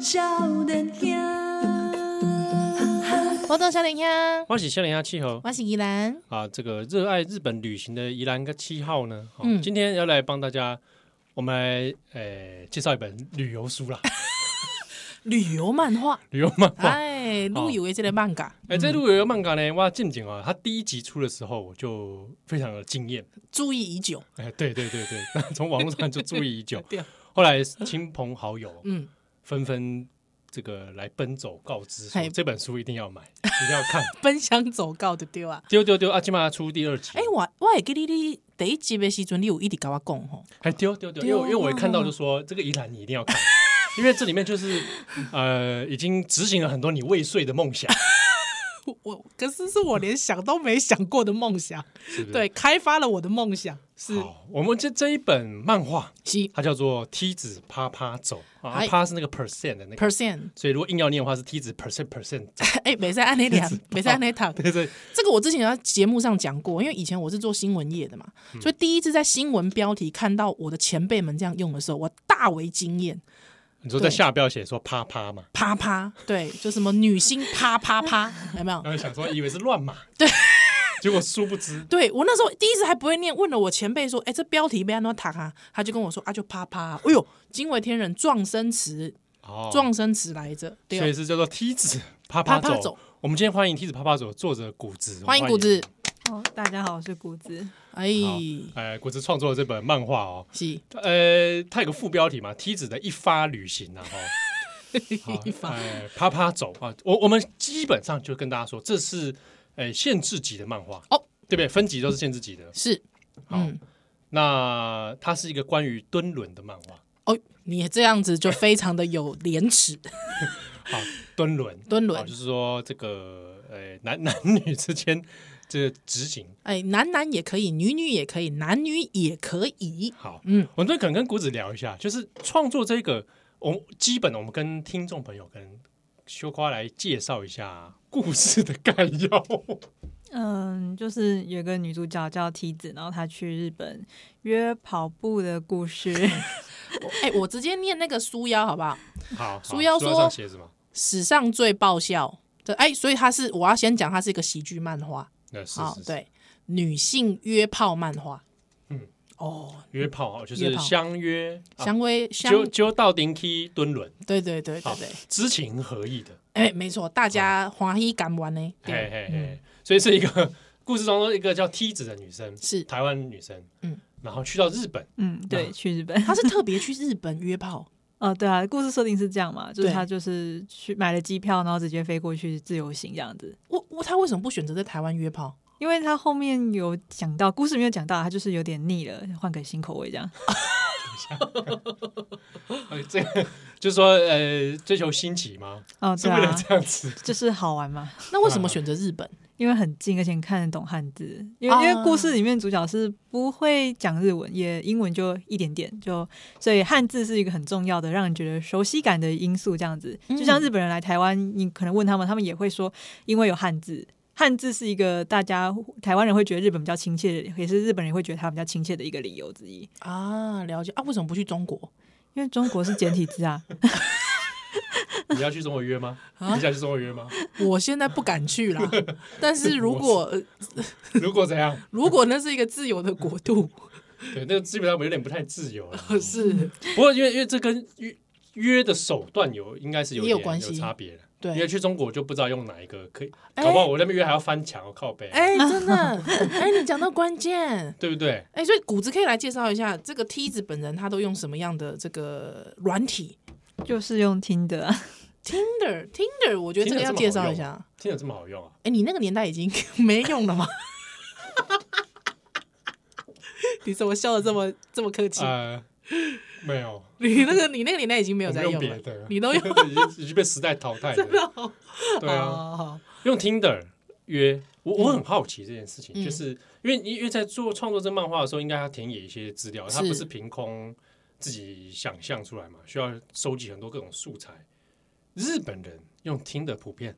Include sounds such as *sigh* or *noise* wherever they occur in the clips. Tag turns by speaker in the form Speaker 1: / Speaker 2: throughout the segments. Speaker 1: 少年兄，
Speaker 2: 我做小林香，
Speaker 3: 欢喜笑脸下气候
Speaker 2: 我是依兰，
Speaker 3: 啊，这个热爱日本旅行的宜兰跟七号呢，哦
Speaker 2: 嗯
Speaker 3: 今天要来帮大家，我们来呃介绍一本旅游书啦， *laughs*
Speaker 2: 旅游漫画，哦
Speaker 3: 旅游漫画。
Speaker 2: 哎，陆以为这个漫画，
Speaker 3: 哎、这路游漫画呢，哇，近景啊，它第一集出的时候我就非常的惊艳，
Speaker 2: 注意已久，，
Speaker 3: 哎，对对对 *laughs* 对，从网络上就注意已久
Speaker 2: *laughs* 对，
Speaker 3: 后来亲朋好友
Speaker 2: 嗯，
Speaker 3: 纷纷这个来奔走告知说
Speaker 2: 嘿
Speaker 3: 这本书一定要买，一定要看，
Speaker 2: 奔相走告的对啊。
Speaker 3: 丢丢丢啊，起码出第二集，
Speaker 2: 哎，我我也记得你第一集的时阵，你有一直跟我讲吼，
Speaker 3: 还哎丢丢丢，因
Speaker 2: 丢
Speaker 3: 为因为我一
Speaker 2: 啊
Speaker 3: 看到就说这个宜兰你一定要看， *laughs* 因为这里面就是呃已经执行了很多你未遂的梦想，
Speaker 2: 我 *laughs* 我可是是我连想都没想过的梦想，
Speaker 3: 是不是？
Speaker 2: 对，，开发了我的梦想，是
Speaker 3: 好，我们这这一本漫画
Speaker 2: 是
Speaker 3: 它叫做梯子啪啪走啊
Speaker 2: 哎，
Speaker 3: 啪是那个 percent 的那个，
Speaker 2: percent，
Speaker 3: 所以如果硬要念的话是梯子 percent percent，走
Speaker 2: *laughs*
Speaker 3: *laughs*
Speaker 2: 哎，没在按那两，没在按那躺，
Speaker 3: 对对，
Speaker 2: 这个我之前在节目上讲过，因为以前我是做新闻业的嘛，所以第一次在新闻标题看到我的前辈们这样用的时候，我大为惊艳。
Speaker 3: 你说
Speaker 2: 对
Speaker 3: 在下标写说啪啪嘛，
Speaker 2: 啪啪，对，就什么女星啪啪
Speaker 3: *laughs*
Speaker 2: 啪，有没有？
Speaker 3: 然后想说以为是乱码，对，结果殊不
Speaker 2: *laughs*
Speaker 3: 知
Speaker 2: 对我那时候第一次还不会念，问了我前辈说：“哎、这标题被安诺塔啊？”他就跟我说：“啊，就啪啪。”哎呦，惊为天人，撞声词，
Speaker 3: 哦，
Speaker 2: 撞声词来着。对
Speaker 3: 所以
Speaker 2: 哦，
Speaker 3: 是叫做梯子啪
Speaker 2: 啪
Speaker 3: 啪
Speaker 2: 啪走
Speaker 3: 走。我们今天欢迎梯子啪啪走作者谷子，
Speaker 2: 欢迎谷子。
Speaker 1: 哦，大家好，我是谷子，
Speaker 2: 哎，
Speaker 3: 哎，谷子创作的这本漫画哦，
Speaker 2: 是
Speaker 3: 呃，它有个副标题嘛，梯子的一发旅行啊，哦，
Speaker 2: *laughs*
Speaker 3: 好
Speaker 2: 一发
Speaker 3: 哎啪啪走啊，我我们基本上就跟大家说，这是呃限制级的漫画
Speaker 2: 哦，
Speaker 3: 对不对？分级都是限制级的。
Speaker 2: 是，
Speaker 3: 好，
Speaker 2: 嗯，
Speaker 3: 那它是一个关于敦伦的漫画，
Speaker 2: 哦，你这样子就非常的有廉
Speaker 3: *laughs*
Speaker 2: 耻，
Speaker 3: 好，敦伦，
Speaker 2: 敦伦
Speaker 3: 好就是说这个呃男 *laughs* 男女之间这个执行。
Speaker 2: 哎，男男也可以，女女也可以，男女也可以。
Speaker 3: 好，
Speaker 2: 嗯
Speaker 3: 嗯，我这可能跟谷子聊一下，就是创作这个，我基本我们跟听众朋友跟修瓜来介绍一下故事的概要。
Speaker 1: 嗯，就是有个女主角叫梯子，然后她去日本约跑步的故 *laughs* 事，
Speaker 2: 我哎、我直接念那个书腰好不好？
Speaker 3: *laughs* 好，
Speaker 2: 苏妖说
Speaker 3: 书上写什么？
Speaker 2: 史上最爆笑的哎，所以它是我要先讲，它是一个喜剧漫画，
Speaker 3: 那呃是
Speaker 2: 好
Speaker 3: 是是
Speaker 2: 对，女性约炮漫画，
Speaker 3: 嗯，
Speaker 2: 哦，
Speaker 3: 约炮啊，就
Speaker 2: 约
Speaker 3: 是
Speaker 2: 炮
Speaker 3: 相约，啊
Speaker 2: 香薇香，
Speaker 3: 揪揪到顶梯蹲轮，
Speaker 2: 对对对对
Speaker 3: 好
Speaker 2: 对，，
Speaker 3: 知情合意的，
Speaker 2: 哎，没错，大家欢喜敢玩呢，
Speaker 3: 啊嘿
Speaker 2: 对，
Speaker 3: 嘿嘿，所以是一个故事当中一个叫梯子的女生，
Speaker 2: 是
Speaker 3: 台湾女生，
Speaker 2: 嗯
Speaker 3: 嗯，然后去到日本，
Speaker 1: 嗯，对，去日本，
Speaker 2: 他是特别去日本约炮， *laughs*
Speaker 1: 哦，对啊，故事设定是这样嘛，就是
Speaker 2: 对
Speaker 1: 她就是去买了机票，然后直接飞过去自由行这样子，
Speaker 2: 我我他为什么不选择在台湾约炮？
Speaker 1: 因为她后面有讲到，故事没有讲到，她就是有点腻了，换个新口味这样，
Speaker 3: 呃，这个就是说呃追求新奇吗？
Speaker 1: 哦，
Speaker 3: 是
Speaker 1: 对
Speaker 3: 为了
Speaker 1: 啊，
Speaker 3: 这样子，
Speaker 1: 就是好玩嘛，
Speaker 2: 那为什
Speaker 3: 啊
Speaker 2: 么选择日本？
Speaker 1: 因为很近，而且你看得懂汉字。因为、
Speaker 2: 啊
Speaker 1: 因为故事里面主角是不会讲日文，也英文就一点点，就所以汉字是一个很重要的，让人觉得熟悉感的因素。这样子，
Speaker 2: 嗯
Speaker 1: 就像日本人来台湾，你可能问他们，他们也会说，因为有汉字。汉字是一个大家台湾人会觉得日本比较亲切，也是日本人会觉得他比较亲切的一个理由之一。
Speaker 2: 啊，了解啊，为什么不去中国？
Speaker 1: 因为中国是简体字啊， *laughs*
Speaker 3: *laughs* 你要去中国约吗？
Speaker 2: 啊
Speaker 3: 你想去中国
Speaker 2: *laughs*
Speaker 3: 约吗？
Speaker 2: 我现在不敢去
Speaker 3: *laughs*
Speaker 2: 啦，但是如果
Speaker 3: 如果怎样？
Speaker 2: 如果那是一个自由的国度，
Speaker 3: 对，那个基本上有点不太自由了。
Speaker 2: 是，
Speaker 3: 不过因为因为这跟约约的手段有应该是有
Speaker 2: 也有
Speaker 3: 点
Speaker 2: 关系
Speaker 3: 差别的。因为
Speaker 2: 对，
Speaker 3: 去中国就不知道用哪一个可以，
Speaker 2: 哎
Speaker 3: 搞不好我那边约还要翻墙哦靠背，
Speaker 2: 哎，真的，哎，你讲到关键，
Speaker 3: 对不对？
Speaker 2: 哎，所以谷子可以来介绍一下这个梯子本人，他都用什么样的这个软体
Speaker 1: 就是用听的、啊。
Speaker 2: ？Tinder Tinder，我觉得这个
Speaker 3: Tinder
Speaker 2: 要介绍一下。
Speaker 3: 听着这么好用啊？
Speaker 2: 哎，你那个年代已经 *laughs* 没用了吗？你怎么笑的这么这么客气？
Speaker 3: 呃，没有，
Speaker 2: 你那个你那个年代已经没
Speaker 3: 没
Speaker 2: 有在
Speaker 3: 用
Speaker 2: 了
Speaker 3: 别，的，
Speaker 2: 你
Speaker 3: *laughs*
Speaker 2: 都用
Speaker 3: 已经已经被时代淘
Speaker 2: *laughs*
Speaker 3: 汰了。
Speaker 2: 哦
Speaker 3: 对啊，
Speaker 2: 好好
Speaker 3: 用 Tinder 约，我
Speaker 1: 嗯
Speaker 3: 我很好奇这件事情，
Speaker 2: 嗯
Speaker 3: 就是因为你因为在做创作这漫画的时候，应该要田野一些资料，它
Speaker 2: 是
Speaker 3: 不是凭空自己想象出来嘛，需要收集很多各种素材。日本人用 Tinder 普遍。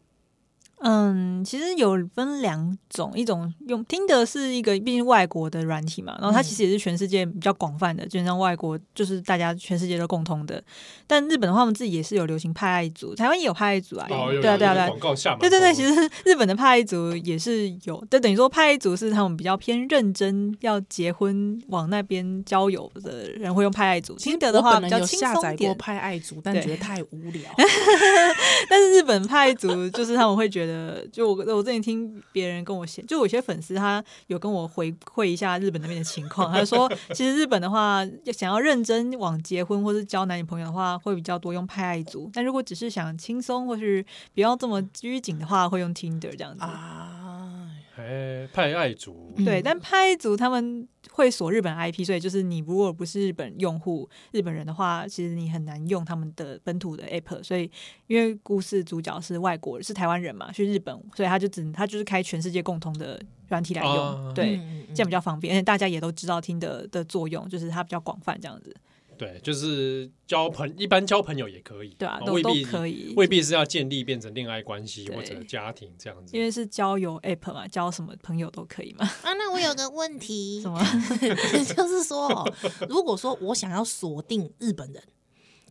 Speaker 1: 嗯，其实有分两种，一种用听的是一个毕竟外国的软体嘛，然后
Speaker 2: 嗯
Speaker 1: 它其实也是全世界比较广泛的，基本上外国就是大家全世界都共通的。但日本的话，我们自己也是有流行派爱组，台湾也有派爱组啊，
Speaker 3: 哦，有
Speaker 1: 对啊
Speaker 3: 有
Speaker 1: 对啊
Speaker 3: 有
Speaker 1: 对啊
Speaker 3: 广告下嘛，
Speaker 1: 对对对，
Speaker 3: 广告
Speaker 1: 其实日本的派族也是有，就等于说派族是他们比较偏认真要结婚往那边交友的人会用派族。听的的
Speaker 2: 我
Speaker 1: 话
Speaker 2: 本
Speaker 1: 比
Speaker 2: 人
Speaker 1: 较
Speaker 2: 有
Speaker 1: 轻
Speaker 2: 下
Speaker 1: 松
Speaker 2: 载
Speaker 1: 一
Speaker 2: 过
Speaker 1: 点，
Speaker 2: 拍爱族，但
Speaker 1: 对
Speaker 2: 觉得太无 *laughs* 聊。
Speaker 1: *laughs* 但是日本派族就是他们会觉得，就我我之前听别人跟我写，就有些粉丝他有跟我回馈一下日本那边的情况，他就说 *laughs* 其实日本的话，想要认真往结婚或是交男女朋友的话，会比较多用派族；但如果只是想轻松或是不要这么拘谨的话，会用 Tinder 这样子。
Speaker 2: 啊，
Speaker 3: 哎，派爱族，
Speaker 2: 嗯
Speaker 1: 对，但派族他们会锁日本 IP，所以就是你如果不是日本用户、日本人的话，其实你很难用他们的本土的 app。所以因为故事主角是外国人，是台湾人嘛，去日本，所以他就只能他就是开全世界共同的软体来用，
Speaker 3: 啊
Speaker 1: 对。
Speaker 2: 嗯，
Speaker 1: 这样比较方便，而且大家也都知道听的的作用，就是它比较广泛，这样子，
Speaker 3: 对，就是交朋，一般交朋友也可以，
Speaker 1: 对啊，
Speaker 3: 哦
Speaker 1: 都
Speaker 3: 未
Speaker 1: 都
Speaker 3: 必
Speaker 1: 可以，
Speaker 3: 未必是要建立变成恋爱关系
Speaker 1: 对
Speaker 3: 或者家庭这样子
Speaker 1: 因。为是交友 app 嘛，交什么朋友都可以嘛，
Speaker 2: 啊，那我有个问 *laughs* 题
Speaker 1: 什么
Speaker 2: *laughs* 就是说、哦，如果说我想要锁定日本人，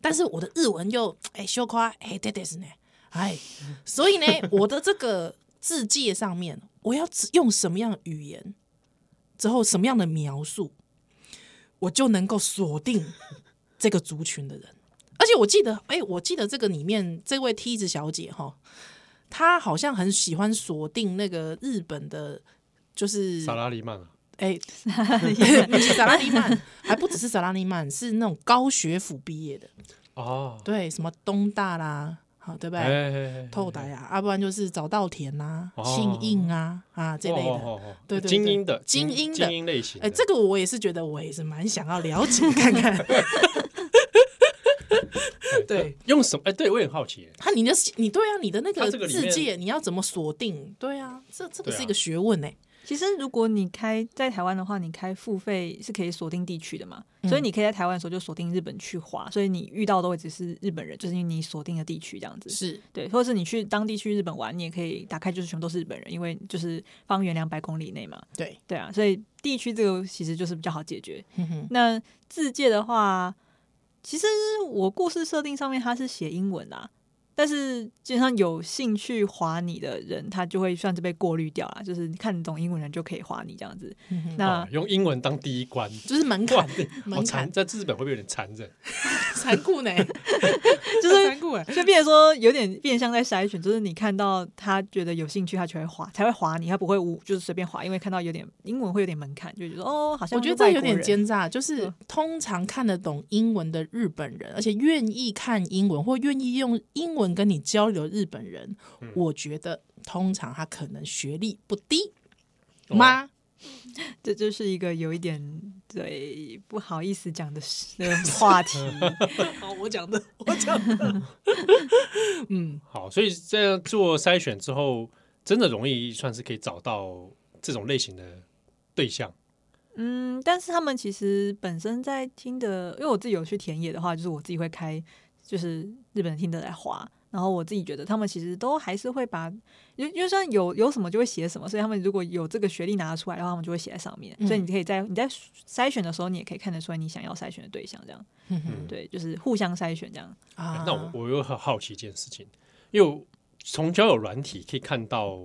Speaker 2: 但是我的日文又哎羞夸哎对对是呢，哎，所以呢，我的这个字界上面，我要只用什么样的语言，之后什么样的描述，我就能够锁定这个族群的人。而且我记得，哎，我记得这个里面这位梯子小姐哈、她好像很喜欢锁定那个日本的，就是
Speaker 3: 萨拉利曼啊，
Speaker 2: *laughs* 哎，萨拉利曼还不只是萨拉利曼，是那种高学府毕业的，
Speaker 3: 哦，
Speaker 2: 对，什么东大啦，好对不对？
Speaker 3: 哎
Speaker 2: 透台啊，要不然就是早稻田啦、
Speaker 3: 哦
Speaker 2: 庆应啊啊这类
Speaker 3: 哦
Speaker 2: 的。
Speaker 3: 哦哦哦
Speaker 2: 对对对
Speaker 3: 精英的
Speaker 2: 精英的
Speaker 3: 精英类型的。
Speaker 2: 哎，这个我也是觉得，我也是蛮想要了解看
Speaker 3: *laughs*
Speaker 2: 看。啊对，
Speaker 3: 用什么？哎，对我也很好奇耶。
Speaker 2: 他你的你对啊，你的那
Speaker 3: 它
Speaker 2: 个
Speaker 3: 这个里
Speaker 2: 字
Speaker 3: 面
Speaker 2: 界你要怎么锁定？对啊，这这个
Speaker 3: 对啊
Speaker 2: 是一个学问呢。欸
Speaker 1: 其实，如果你开在台湾的话，你开付费是可以锁定地区的嘛，
Speaker 2: 嗯
Speaker 1: 所以你可以在台湾的时候就锁定日本去划，所以你遇到的位置是日本人，就是因为你锁定的地区这样子。
Speaker 2: 是
Speaker 1: 对，或者是你去当地去日本玩，你也可以打开就是全部都是日本人，因为就是方圆两百公里内嘛。
Speaker 2: 对，
Speaker 1: 对啊，所以地区这个其实就是比较好解决。
Speaker 2: 哼哼
Speaker 1: 那自介的话，其实我故事设定上面它是写英文啦，但是基本上有兴趣划你的人，他就会算是被过滤掉啦，就是你看得懂英文人就可以划你这样子。
Speaker 2: 嗯哼
Speaker 1: 那
Speaker 3: 哇啊用英文当第一关，
Speaker 2: 就是门
Speaker 3: 哇
Speaker 2: 槛，，
Speaker 3: 好
Speaker 2: 门
Speaker 3: 残，
Speaker 2: 槛
Speaker 3: 在日本会不会有点残忍？
Speaker 2: 残酷
Speaker 3: *laughs*
Speaker 2: 呢， *laughs*
Speaker 1: 就
Speaker 2: 很
Speaker 1: 是
Speaker 2: 残酷哎。
Speaker 1: 就变成说有点变相在筛选，就是你看到他觉得有兴趣，他才会划才会划你，他不会无就是随便划，因为看到有点英文会有点门槛，就觉得哦，好像
Speaker 2: 我觉得
Speaker 1: 是
Speaker 2: 这
Speaker 1: 外国
Speaker 2: 有点
Speaker 1: 人
Speaker 2: 奸诈，就是
Speaker 1: 嗯
Speaker 2: 通常看得懂英文的日本人，而且愿意看英文或愿意用英文跟你交流的日本人，
Speaker 3: 嗯
Speaker 2: 我觉得通常他可能学历不低
Speaker 3: 哦
Speaker 2: 吗？
Speaker 1: 这就是一个有一点对不好意思讲的事的话题。
Speaker 2: 哦，我 *laughs* 讲的，我讲的，嗯，
Speaker 3: 好，所以这样做筛选之后，真的容易算是可以找到这种类型的对象。
Speaker 1: 嗯，但是他们其实本身在听的，因为我自己有去田野的话，就是我自己会开，就是日本听的来滑。然后我自己觉得，他们其实都还是会把，因为因为像有有什么就会写什么，所以他们如果有这个学历拿得出来的话，他们就会写在上面。
Speaker 2: 嗯
Speaker 1: 所以你可以在你在筛选的时候，你也可以看得出来你想要筛选的对象，这样
Speaker 2: 嗯
Speaker 3: 嗯
Speaker 1: 对，就是互相筛选这样。
Speaker 2: 啊，
Speaker 3: 哎那我我又很好奇一件事情，因为我从交友软体可以看到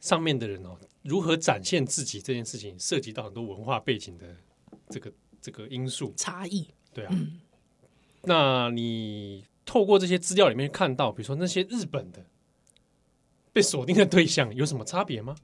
Speaker 3: 上面的人哦，如何展现自己这件事情，涉及到很多文化背景的这个这个因素。
Speaker 2: 差异，
Speaker 3: 对啊，那你透过这些资料里面看到，比如说那些日本的被锁定的对象有什么差别吗？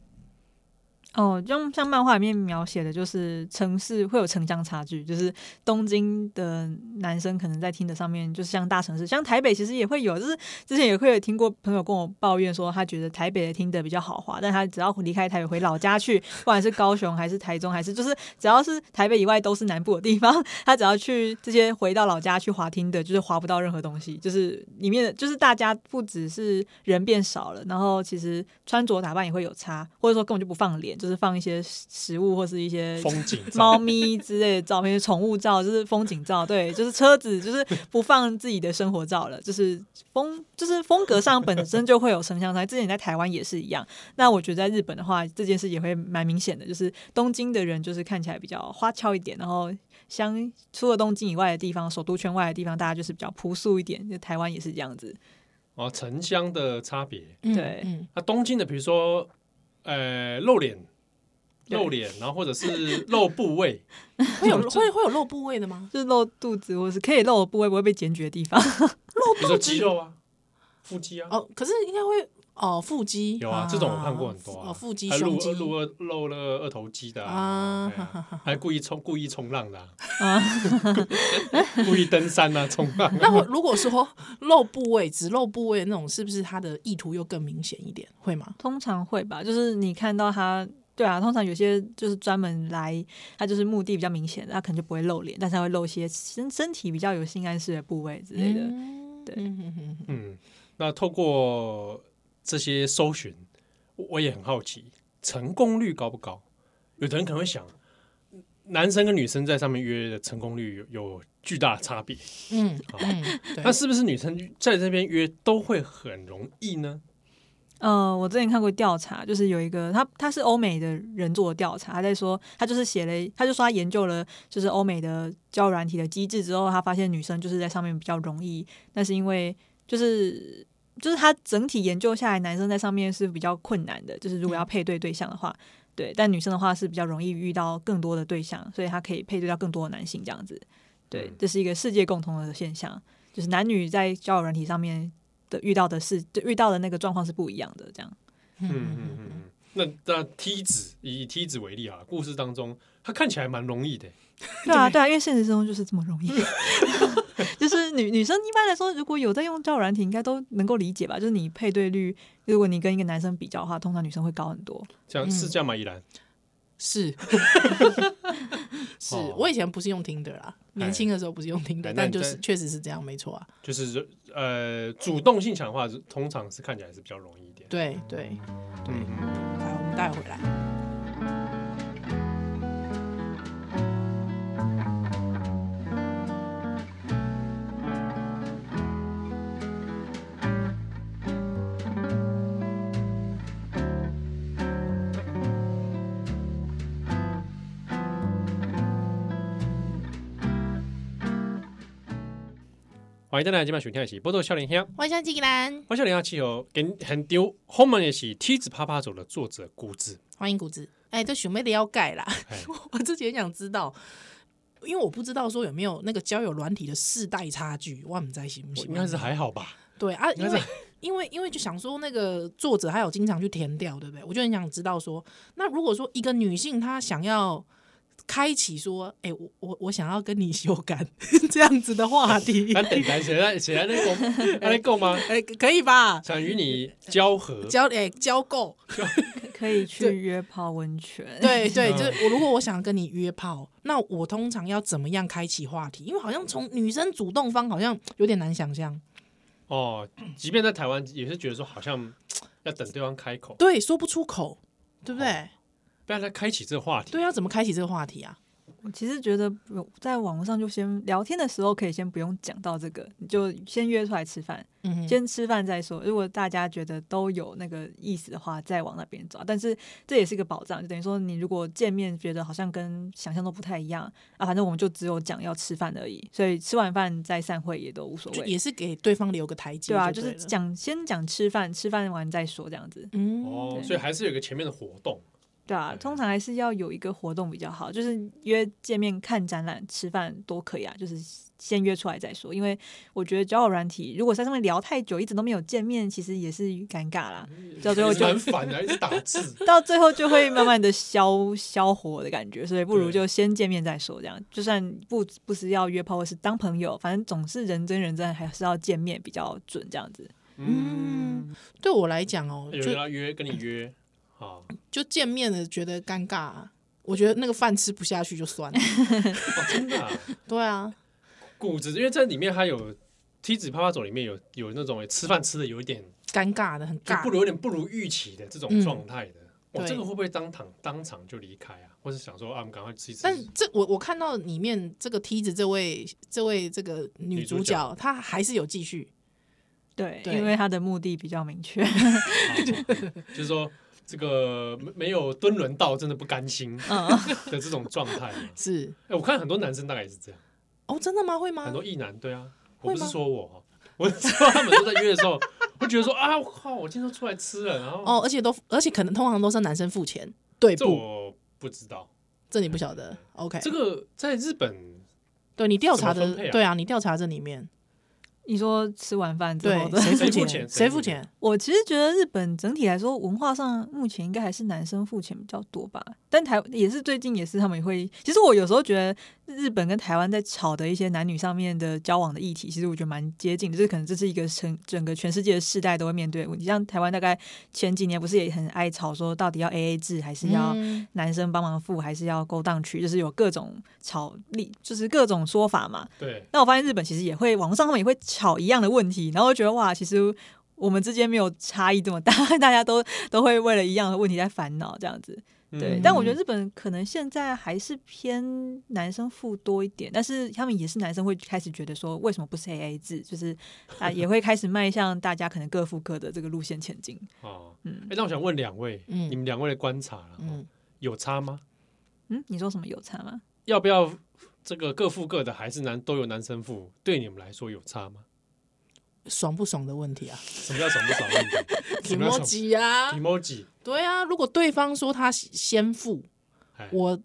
Speaker 1: 哦，像像漫画里面描写的，就是城市会有城乡差距，就是东京的男生可能在听的上面，就是像大城市，像台北其实也会有，就是之前也会有听过朋友跟我抱怨说，他觉得台北的听的比较好滑，但他只要离开台北回老家去，不管是高雄还是台中，还是就是只要是台北以外都是南部的地方，他只要去这些回到老家去滑听的，就是滑不到任何东西，就是里面的就是大家不只是人变少了，然后其实穿着打扮也会有差，或者说根本就不放脸，就是放一些食物或是一些
Speaker 3: 风景照
Speaker 1: *laughs* 猫咪之类的照片，宠物照，就是风景照，对，就是车子，就是不放自己的生活照了，就是风，就是风格上本身就会有城乡差。之前你在台湾也是一样，那我觉得在日本的话，这件事也会蛮明显的，就是东京的人就是看起来比较花俏一点，然后相除了东京以外的地方，首都圈外的地方，大家就是比较朴素一点，就台湾也是这样子，
Speaker 3: 哦，城乡的差别。
Speaker 2: 嗯
Speaker 1: 对
Speaker 2: 嗯
Speaker 3: 那、东京的，比如说呃露脸。
Speaker 1: 对
Speaker 3: 露脸，然后或者是露部位，
Speaker 2: 会有会会有露部位的吗？
Speaker 1: 就是露肚子或是可以露的部位不会被检举的地方。
Speaker 3: 比如说肌肉啊、腹肌啊，
Speaker 2: 哦，可是应该会哦，腹肌
Speaker 3: 有啊，这种我看过很多啊，
Speaker 2: 哦，腹肌、
Speaker 3: 还
Speaker 2: 胸
Speaker 3: 露
Speaker 2: 肌
Speaker 3: 露二露了二头肌的
Speaker 2: 啊
Speaker 3: 啊，对啊还故意冲故意冲浪的啊， *laughs* 故意登山啊，冲浪 *laughs* 啊。
Speaker 2: 那我如果说露部位，只露部位的那种，是不是他的意图又更明显一点？会吗？
Speaker 1: 通常会吧，就是你看到他，对啊，通常有些就是专门来，他就是目的比较明显的，他可能就不会露脸，但是他会露一些身身体比较有性暗示的部位之类的。
Speaker 2: 嗯
Speaker 1: 对
Speaker 2: 嗯嗯嗯嗯
Speaker 3: 嗯，那透过这些搜寻，我我也很好奇，成功率高不高？有的人可能会想，男生跟女生在上面约的成功率有有巨大的差别，
Speaker 2: 嗯
Speaker 3: 好 *laughs*
Speaker 2: 嗯，对
Speaker 3: 那是不是女生在这边约都会很容易呢？
Speaker 1: 呃，我之前看过调查，就是有一个他他是欧美的人做的调查，他在说他就是写了，他就说他研究了就是欧美的交友软体的机制之后，他发现女生就是在上面比较容易，那是因为就是就是他整体研究下来，男生在上面是比较困难的，就是如果要配对对象的话，对，但女生的话是比较容易遇到更多的对象，所以他可以配对到更多的男性这样子。对
Speaker 3: 嗯，
Speaker 1: 这是一个世界共同的现象，就是男女在交友软体上面的遇到的事，就遇到的那个状况是不一样的。这样，
Speaker 3: 嗯嗯嗯嗯。那那梯子以梯子为例啊，故事当中他看起来蛮容易的，
Speaker 1: *laughs* 对啊，对啊，因为现实生活就是这么容易。 *laughs* 就是女女生一般来说，如果有在用交友软体，应该都能够理解吧？就是你配对率，如果你跟一个男生比较的话，通常女生会高很多。
Speaker 3: 这样是这样吗？依然 *laughs*
Speaker 2: 是是
Speaker 3: 哦，
Speaker 2: 我以前不是用 Tinder 啦，年轻的时候不是用 Tinder，
Speaker 3: 哎那
Speaker 2: 但
Speaker 3: 你
Speaker 2: 就
Speaker 3: 在
Speaker 2: 是确实是这样，没错啊。
Speaker 3: 就是呃主动性强的话，通常是看起来是比较容易一点。
Speaker 2: 对对，对
Speaker 3: 嗯嗯
Speaker 2: 来我们带回来。
Speaker 3: 欢迎大家今晚收听的是《波多笑脸香》，
Speaker 2: 万象季兰，
Speaker 3: 我笑脸香气候跟很丢后面也是梯子啪啪走的作者顾志，
Speaker 2: 欢迎谷子。哎，这熊妹的要盖啦
Speaker 3: 哎，
Speaker 2: *laughs* 我自己很想知道。因为我不知道说有没有那个交友软体的世代差距，我们在行不
Speaker 3: 我
Speaker 2: 行？
Speaker 3: 应该是还好吧？
Speaker 2: 对啊，
Speaker 3: 应
Speaker 2: 因
Speaker 3: 该是
Speaker 2: 为因为因为就想说那个作者还有经常去填掉，对不对？我就很想知道说，那如果说一个女性她想要开启说，哎、我我我想要跟你修改 *laughs* 这样子的话题，
Speaker 3: 那等来谁来谁来那个来够吗？
Speaker 2: 哎、可以吧？
Speaker 3: 想与你交
Speaker 2: *laughs*
Speaker 3: 合，
Speaker 2: 交哎、交够，
Speaker 1: 可 *laughs* 以去
Speaker 2: 对
Speaker 1: 约泡温泉。
Speaker 2: 对对，
Speaker 3: 嗯
Speaker 2: 就是我如果我想跟你约炮，那我通常要怎么样开启话题？因为好像从女生主动方好像有点难想象，
Speaker 3: 哦，即便在台湾也是觉得说好像要等对方开口，
Speaker 2: 对，说不出口，对不
Speaker 1: 哦
Speaker 2: 对？
Speaker 3: 不然他开启这个话题。
Speaker 2: 对，要怎么开启这个话题啊？
Speaker 1: 我其实觉得不用在网络上就先聊天的时候，可以先不用讲到这个，你就先约出来吃饭，
Speaker 2: 嗯哼，
Speaker 1: 先吃饭再说。如果大家觉得都有那个意思的话，再往那边找。但是这也是个保障，就等于说你如果见面觉得好像跟想象都不太一样啊，反正我们就只有讲要吃饭而已，所以吃完饭再散会也都无所
Speaker 2: 就
Speaker 1: 谓。
Speaker 2: 也是给对方留个台阶，
Speaker 1: 对啊，
Speaker 2: 就
Speaker 1: 就是
Speaker 2: 了
Speaker 1: 讲先讲吃饭，吃饭完再说这样子。
Speaker 2: 嗯
Speaker 3: 哦，
Speaker 1: 对
Speaker 3: 所以还是有一个前面的活动。
Speaker 1: 对啊，
Speaker 3: 对
Speaker 1: 通常还是要有一个活动比较好，就是约见面、看展览、吃饭都可以啊，就是先约出来再说。因为我觉得交友软体如果在上面聊太久，一直都没有见面，其实也是尴尬啦，到最后就
Speaker 3: 蛮烦的，一直打字。
Speaker 1: 到最后就会慢慢的消消火的感觉，所以不如
Speaker 3: 对
Speaker 1: 就先见面再说。这样，就算不不是要约炮或是当朋友，反正总是人真人真，还是要见面比较准。这样子，
Speaker 2: 嗯，对我来讲哦，
Speaker 3: 哎有人
Speaker 2: 就
Speaker 3: 要约跟你约，好，哦
Speaker 2: 就见面了觉得尴尬啊、我觉得那个饭吃不下去就算 *laughs* 了。
Speaker 3: 真的啊，
Speaker 2: 对啊，
Speaker 3: 骨子，因为这里面它有梯子啪啪走，里面有有那种吃饭吃的有一点
Speaker 2: 尴尬的很
Speaker 3: 就
Speaker 2: 尬
Speaker 3: 不。如有点不如预期的这种状态的，我
Speaker 2: 对
Speaker 3: 这个会不会当场当场就离开啊？或者想说啊，我们赶快吃一吃。
Speaker 2: 但这我我看到里面这个梯子这位这位这个女
Speaker 3: 女主
Speaker 2: 主
Speaker 3: 角
Speaker 2: 角，她还是有继续，
Speaker 1: 对，
Speaker 2: 对
Speaker 1: 因为他的目的比较明确。 *laughs*
Speaker 3: 就是说这个没没有蹲轮到，真的不甘心
Speaker 1: 嗯，
Speaker 3: 的这种状态嘛。
Speaker 2: 是
Speaker 3: 哎，我看很多男生大概也是这样，
Speaker 2: 哦，真的吗？会
Speaker 3: 很
Speaker 2: 吗
Speaker 3: 多？异男，对啊，
Speaker 2: 会
Speaker 3: 我不
Speaker 2: 吗
Speaker 3: 是说我哦，我是说他们都在约的时候，会觉得说啊，我靠，我今天都出来吃了，然后
Speaker 2: 哦，而且都而且可能通常都是男生付钱，对
Speaker 3: 这
Speaker 2: 不？
Speaker 3: 我不知道。
Speaker 2: 这你不晓得？OK，
Speaker 3: 这个在日本
Speaker 2: 对你调查
Speaker 3: 怎么分配
Speaker 2: 的，
Speaker 3: 啊
Speaker 2: 对啊，你调查这里面，
Speaker 1: 你说吃完饭之
Speaker 2: 对
Speaker 1: 后的，
Speaker 2: 谁付
Speaker 3: 谁付
Speaker 2: 钱？
Speaker 3: 钱
Speaker 2: 谁
Speaker 3: 谁
Speaker 2: 付
Speaker 3: 付
Speaker 2: 钱
Speaker 3: 钱？
Speaker 1: 我其实觉得日本整体来说文化上目前应该还是男生付钱比较多吧，但台也是最近也是他们也会，其实我有时候觉得日本跟台湾在吵的一些男女上面的交往的议题，其实我觉得蛮接近的，就是可能这是一个整整个全世界的世代都会面对的问题。像台湾大概前几年不是也很爱吵说到底要 A A 制还是要
Speaker 2: 嗯
Speaker 1: 男生帮忙付，还是要勾当区，就是有各种吵力，就是各种说法嘛。
Speaker 3: 对
Speaker 1: 那我发现日本其实也会，网络上他们也会吵一样的问题，然后我觉得哇，其实我们之间没有差异这么大， *laughs* 大家都都会为了一样的问题在烦恼这样子。对，
Speaker 3: 嗯
Speaker 1: 但我觉得日本可能现在还是偏男生付多一点，但是他们也是男生会开始觉得说，为什么不是 AA 制？就是啊，也会开始迈向大家可能各付各的这个路线前进。
Speaker 3: 哦，
Speaker 1: 嗯
Speaker 3: 哎，那我想问两位，
Speaker 2: 嗯
Speaker 3: 你们两位的观察啦，哦
Speaker 2: 嗯，
Speaker 3: 有差吗？
Speaker 1: 嗯，你说什么有差吗？ *laughs*
Speaker 3: 要不要这个各付各的，还是男都由男生付？对你们来说有差吗？
Speaker 2: 爽不爽的问题啊，
Speaker 3: 什么叫爽不爽问题？
Speaker 2: 提 *laughs*
Speaker 3: 什么
Speaker 2: 莫
Speaker 3: 叫
Speaker 2: 吉啊，
Speaker 3: emoji？
Speaker 2: 对啊，如果对方说他先付，
Speaker 3: 哎，
Speaker 2: 我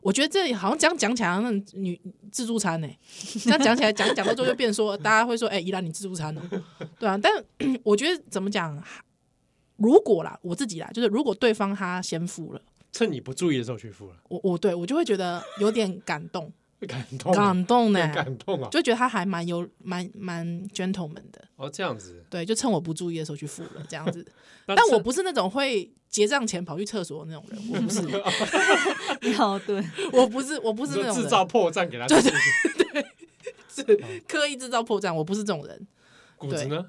Speaker 2: 我觉得这好像讲讲起来好像那女自助餐呢、欸
Speaker 3: *laughs*
Speaker 2: 这样讲起来讲讲到最后就变说，大家会说，哎、宜兰你自助餐哦、对啊，但 *clears throat* 我觉得怎么讲，如果啦，我自己啦，就是如果对方他先付了，
Speaker 3: 趁你不注意的时候去付了，
Speaker 2: 我我对我就会觉得有点感动，
Speaker 3: 会感动啊，
Speaker 2: 感动欸呢、
Speaker 3: 会感动啊！
Speaker 2: 就觉得他还蛮有蛮蛮 gentleman 的，
Speaker 3: 哦，这样子，
Speaker 2: 对，就趁我不注意的时候去付了这样
Speaker 3: *laughs*
Speaker 2: 子。
Speaker 3: 但
Speaker 2: 但我不是那种会结账前跑去厕所的那种人，我不是，
Speaker 1: 你好，对，
Speaker 2: *laughs* 我不是，我不
Speaker 3: 不
Speaker 2: 是那种
Speaker 3: 制
Speaker 2: 人
Speaker 3: 造破绽给他吃，
Speaker 2: 刻意制造破绽，我不是这种人。
Speaker 3: 骨子呢？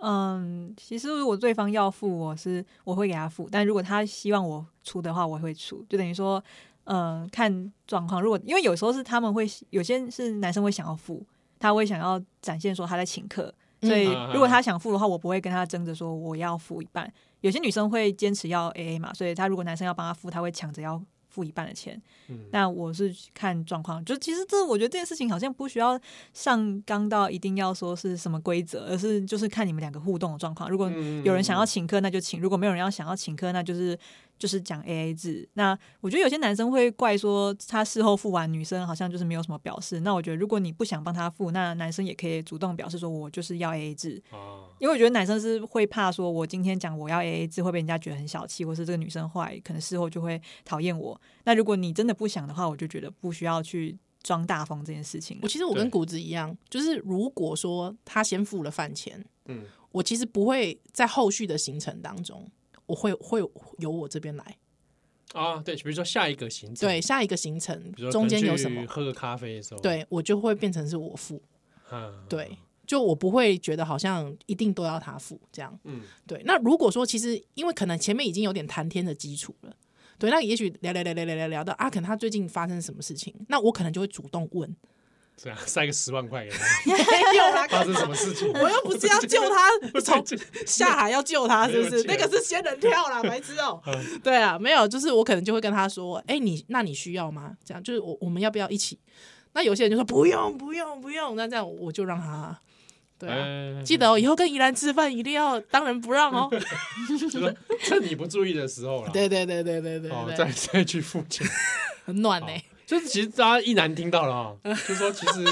Speaker 1: 嗯，其实如果对方要付，我是我会给他付，但如果他希望我出的话，我会出，就等于说，呃，看状况。如果因为有时候是他们会，有些是男生会想要付，他会想要展现说他在请客，所以
Speaker 3: 嗯
Speaker 1: 如果他想付的话，我不会跟他争着说我要付一半。有些女生会坚持要 A A 嘛，所以他如果男生要帮他付，他会抢着要付一半的钱。
Speaker 3: 嗯，
Speaker 1: 那我是看状况，就其实这我觉得这件事情好像不需要上纲到一定要说是什么规则，而是就是看你们两个互动的状况。如果
Speaker 3: 嗯
Speaker 1: 有人想要请客，那就请；如果没有人要想要请客，那就是就是讲 A A 制。那我觉得有些男生会怪说他事后付完，女生好像就是没有什么表示。那我觉得如果你不想帮他付，那男生也可以主动表示说我就是要 A A 制。
Speaker 3: 啊，
Speaker 1: 因为我觉得男生是会怕说，我今天讲我要 A A 制会被人家觉得很小气，或是这个女生坏，可能事后就会讨厌我。那如果你真的不想的话，我就觉得不需要去装大方这件事情
Speaker 2: 我。其实我跟
Speaker 3: 对
Speaker 2: 谷子一样，就是如果说他先付了饭钱，
Speaker 3: 嗯，
Speaker 2: 我其实不会在后续的行程当中，我会会由我这边来。
Speaker 3: 啊，对，比如说下一个行程，
Speaker 2: 对，，下一个行程
Speaker 3: 比如说
Speaker 2: 中间
Speaker 3: 可能
Speaker 2: 有
Speaker 3: 去
Speaker 2: 什么，
Speaker 3: 喝个咖啡的时候，
Speaker 2: 对我就会变成是我付。
Speaker 3: 嗯，
Speaker 2: 对，就我不会觉得好像一定都要他付这样。
Speaker 3: 嗯，
Speaker 2: 对，那如果说其实因为可能前面已经有点谈天的基础了，对，那也许聊聊聊聊聊聊聊到啊，可能他最近发生什么事情，那我可能就会主动
Speaker 3: *laughs*
Speaker 2: 问， *laughs*
Speaker 3: 这样塞个十万块给他，
Speaker 2: 没有啦，
Speaker 3: 发生什么事情？
Speaker 2: *laughs* 我又不是要
Speaker 3: *laughs*
Speaker 2: 救他
Speaker 3: 我
Speaker 2: 从
Speaker 3: 这
Speaker 2: 下海要救他，是不是？那
Speaker 3: 没有嗯
Speaker 2: 个是仙人跳啦，白痴
Speaker 3: *laughs*
Speaker 2: 哦、对啊，没有，就是我可能就会跟他说，哎、你那你需要吗？这样就是我我们要不要一起？那有些人就说不用不用不用，那这样我就让他。对啊，
Speaker 3: 嗯哎
Speaker 2: 记得、哦、以后跟宜兰吃饭一定要当仁不让
Speaker 3: *laughs*
Speaker 2: 哦。
Speaker 3: 就是说趁你不注意的时候啦，
Speaker 2: 对对对对对对
Speaker 3: 哦，
Speaker 2: 对
Speaker 3: 再
Speaker 2: 对，
Speaker 3: 再去付钱。 *laughs*
Speaker 2: 很暖欸呢、
Speaker 3: 好就是其实大家一男听到了啊，就说其实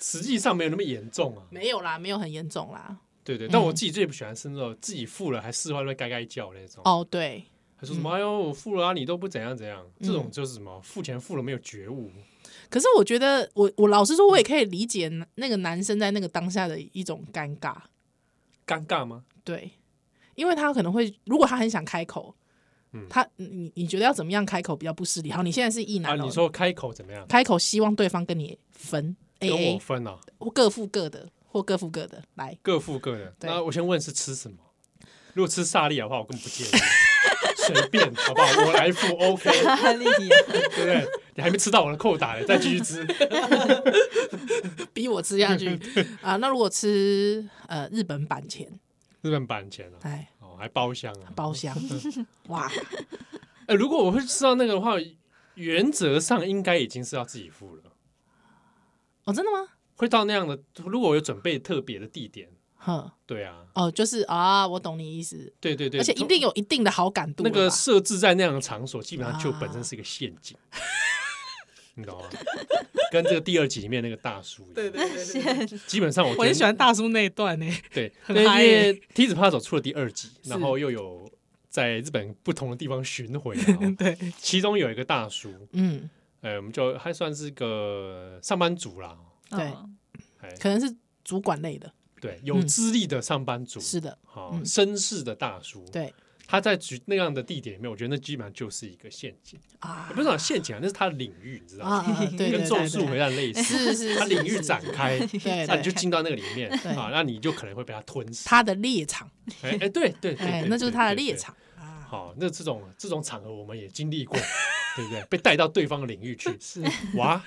Speaker 3: 实际上没有那么严重啊。
Speaker 2: 没有嗯啦，没有很严重啦。
Speaker 3: 对对，但我自己最不喜欢是那种自己付了还事后还在那边该该叫那种，
Speaker 2: 哦，对，
Speaker 3: 还说什么哎呦我付了啊，你都不怎样怎样，
Speaker 2: 嗯
Speaker 3: 这种就是什么付钱付了没有觉悟，
Speaker 2: 可是我觉得我我老实说，我也可以理解那那个男生在那个当下的一种尴尬。
Speaker 3: 尴尬吗？
Speaker 2: 对，因为他可能会，如果他很想开口，
Speaker 3: 嗯
Speaker 2: 他你你你觉得要怎么样开口比较不失礼？好，你现在是意
Speaker 3: 啊，
Speaker 2: 男、哦，
Speaker 3: 你说开口怎么样？
Speaker 2: 开口希望对方跟你分 A
Speaker 3: 跟我
Speaker 2: A
Speaker 3: 分啊，
Speaker 2: 或各付各的，或各付各的来。
Speaker 3: 各付各的。
Speaker 2: 对 *laughs*
Speaker 3: 那我先问是吃什么？如果吃萨莉亚的话，我根本不介意。随便，好不好？我来付，OK，
Speaker 1: 很立体啊，
Speaker 3: 对不对？ *laughs* 你还没吃到我的扣打呢，再继续吃。
Speaker 2: 逼我吃
Speaker 3: *laughs*
Speaker 2: 下去啊。那如果吃呃日本版钱，
Speaker 3: 日本版钱啊，
Speaker 2: 哎，
Speaker 3: 哦，还包厢啊，
Speaker 2: 包
Speaker 3: *laughs*
Speaker 2: 厢，哇，
Speaker 3: 哎，如果我会吃到那个的话，原则上应该已经是要自己付了。
Speaker 2: 哦，真的吗？
Speaker 3: 会到那样的，如果我有准备特别的地点，
Speaker 2: 哼，
Speaker 3: 对啊，
Speaker 2: 哦，就是啊，我懂你意思，
Speaker 3: 对对对，
Speaker 2: 而且一定有一定的好感度
Speaker 3: 那
Speaker 2: 了吧。啊
Speaker 3: 个设置在那样的场所，基本上就本身是一个陷阱，你懂吗？跟这个第二集里面那个大叔一样，
Speaker 2: 对对对对，
Speaker 3: *laughs* 基本上我觉得
Speaker 2: 我很喜欢大叔那一段欸呢。
Speaker 3: 对，
Speaker 2: 很
Speaker 3: 对，因
Speaker 2: 嗨
Speaker 3: 为
Speaker 2: 耶
Speaker 3: 《梯子趴手》出了第二集，
Speaker 2: 是，
Speaker 3: 然后又有在日本不同的地方巡回、啊
Speaker 2: *laughs* 对，
Speaker 3: 其中有一个大叔，
Speaker 2: 嗯，
Speaker 3: 呃，我们就还算是个上班族啦，
Speaker 2: 对
Speaker 1: 哦
Speaker 3: 哎，
Speaker 2: 可能是主管类的，
Speaker 3: 对，有资历的上班
Speaker 2: 嗯
Speaker 3: 族，
Speaker 2: 是的，
Speaker 3: 好、
Speaker 2: 嗯
Speaker 3: 绅士的大叔，
Speaker 2: 对
Speaker 3: 他在局那样的地点里面，我觉得那基本上就是一个陷阱，
Speaker 2: 啊
Speaker 3: 也不是讲陷阱啊，那是他的领域，你知道
Speaker 2: 啊，
Speaker 3: 吗？
Speaker 2: 啊对
Speaker 3: *laughs*
Speaker 2: 对
Speaker 3: 跟
Speaker 2: 对
Speaker 3: 咒
Speaker 2: 对
Speaker 3: 术回战类似，
Speaker 2: 是是
Speaker 3: 他
Speaker 2: 是
Speaker 3: 领域
Speaker 2: 是
Speaker 3: 展开，
Speaker 2: 对
Speaker 3: *laughs* 那你就
Speaker 2: 对，
Speaker 3: 进到那个里面
Speaker 2: 对
Speaker 3: 啊，那你就可能会被他吞噬。
Speaker 2: 他的猎场，
Speaker 3: 哎哎，对对对
Speaker 2: 哎
Speaker 3: 对，，
Speaker 2: 那就是他的
Speaker 3: 对
Speaker 2: 猎。
Speaker 3: 对
Speaker 2: 场啊，
Speaker 3: 好，那这种这种场合我们也经
Speaker 2: *laughs*
Speaker 3: 历过，对不对？被带到对方的领域去，是哇，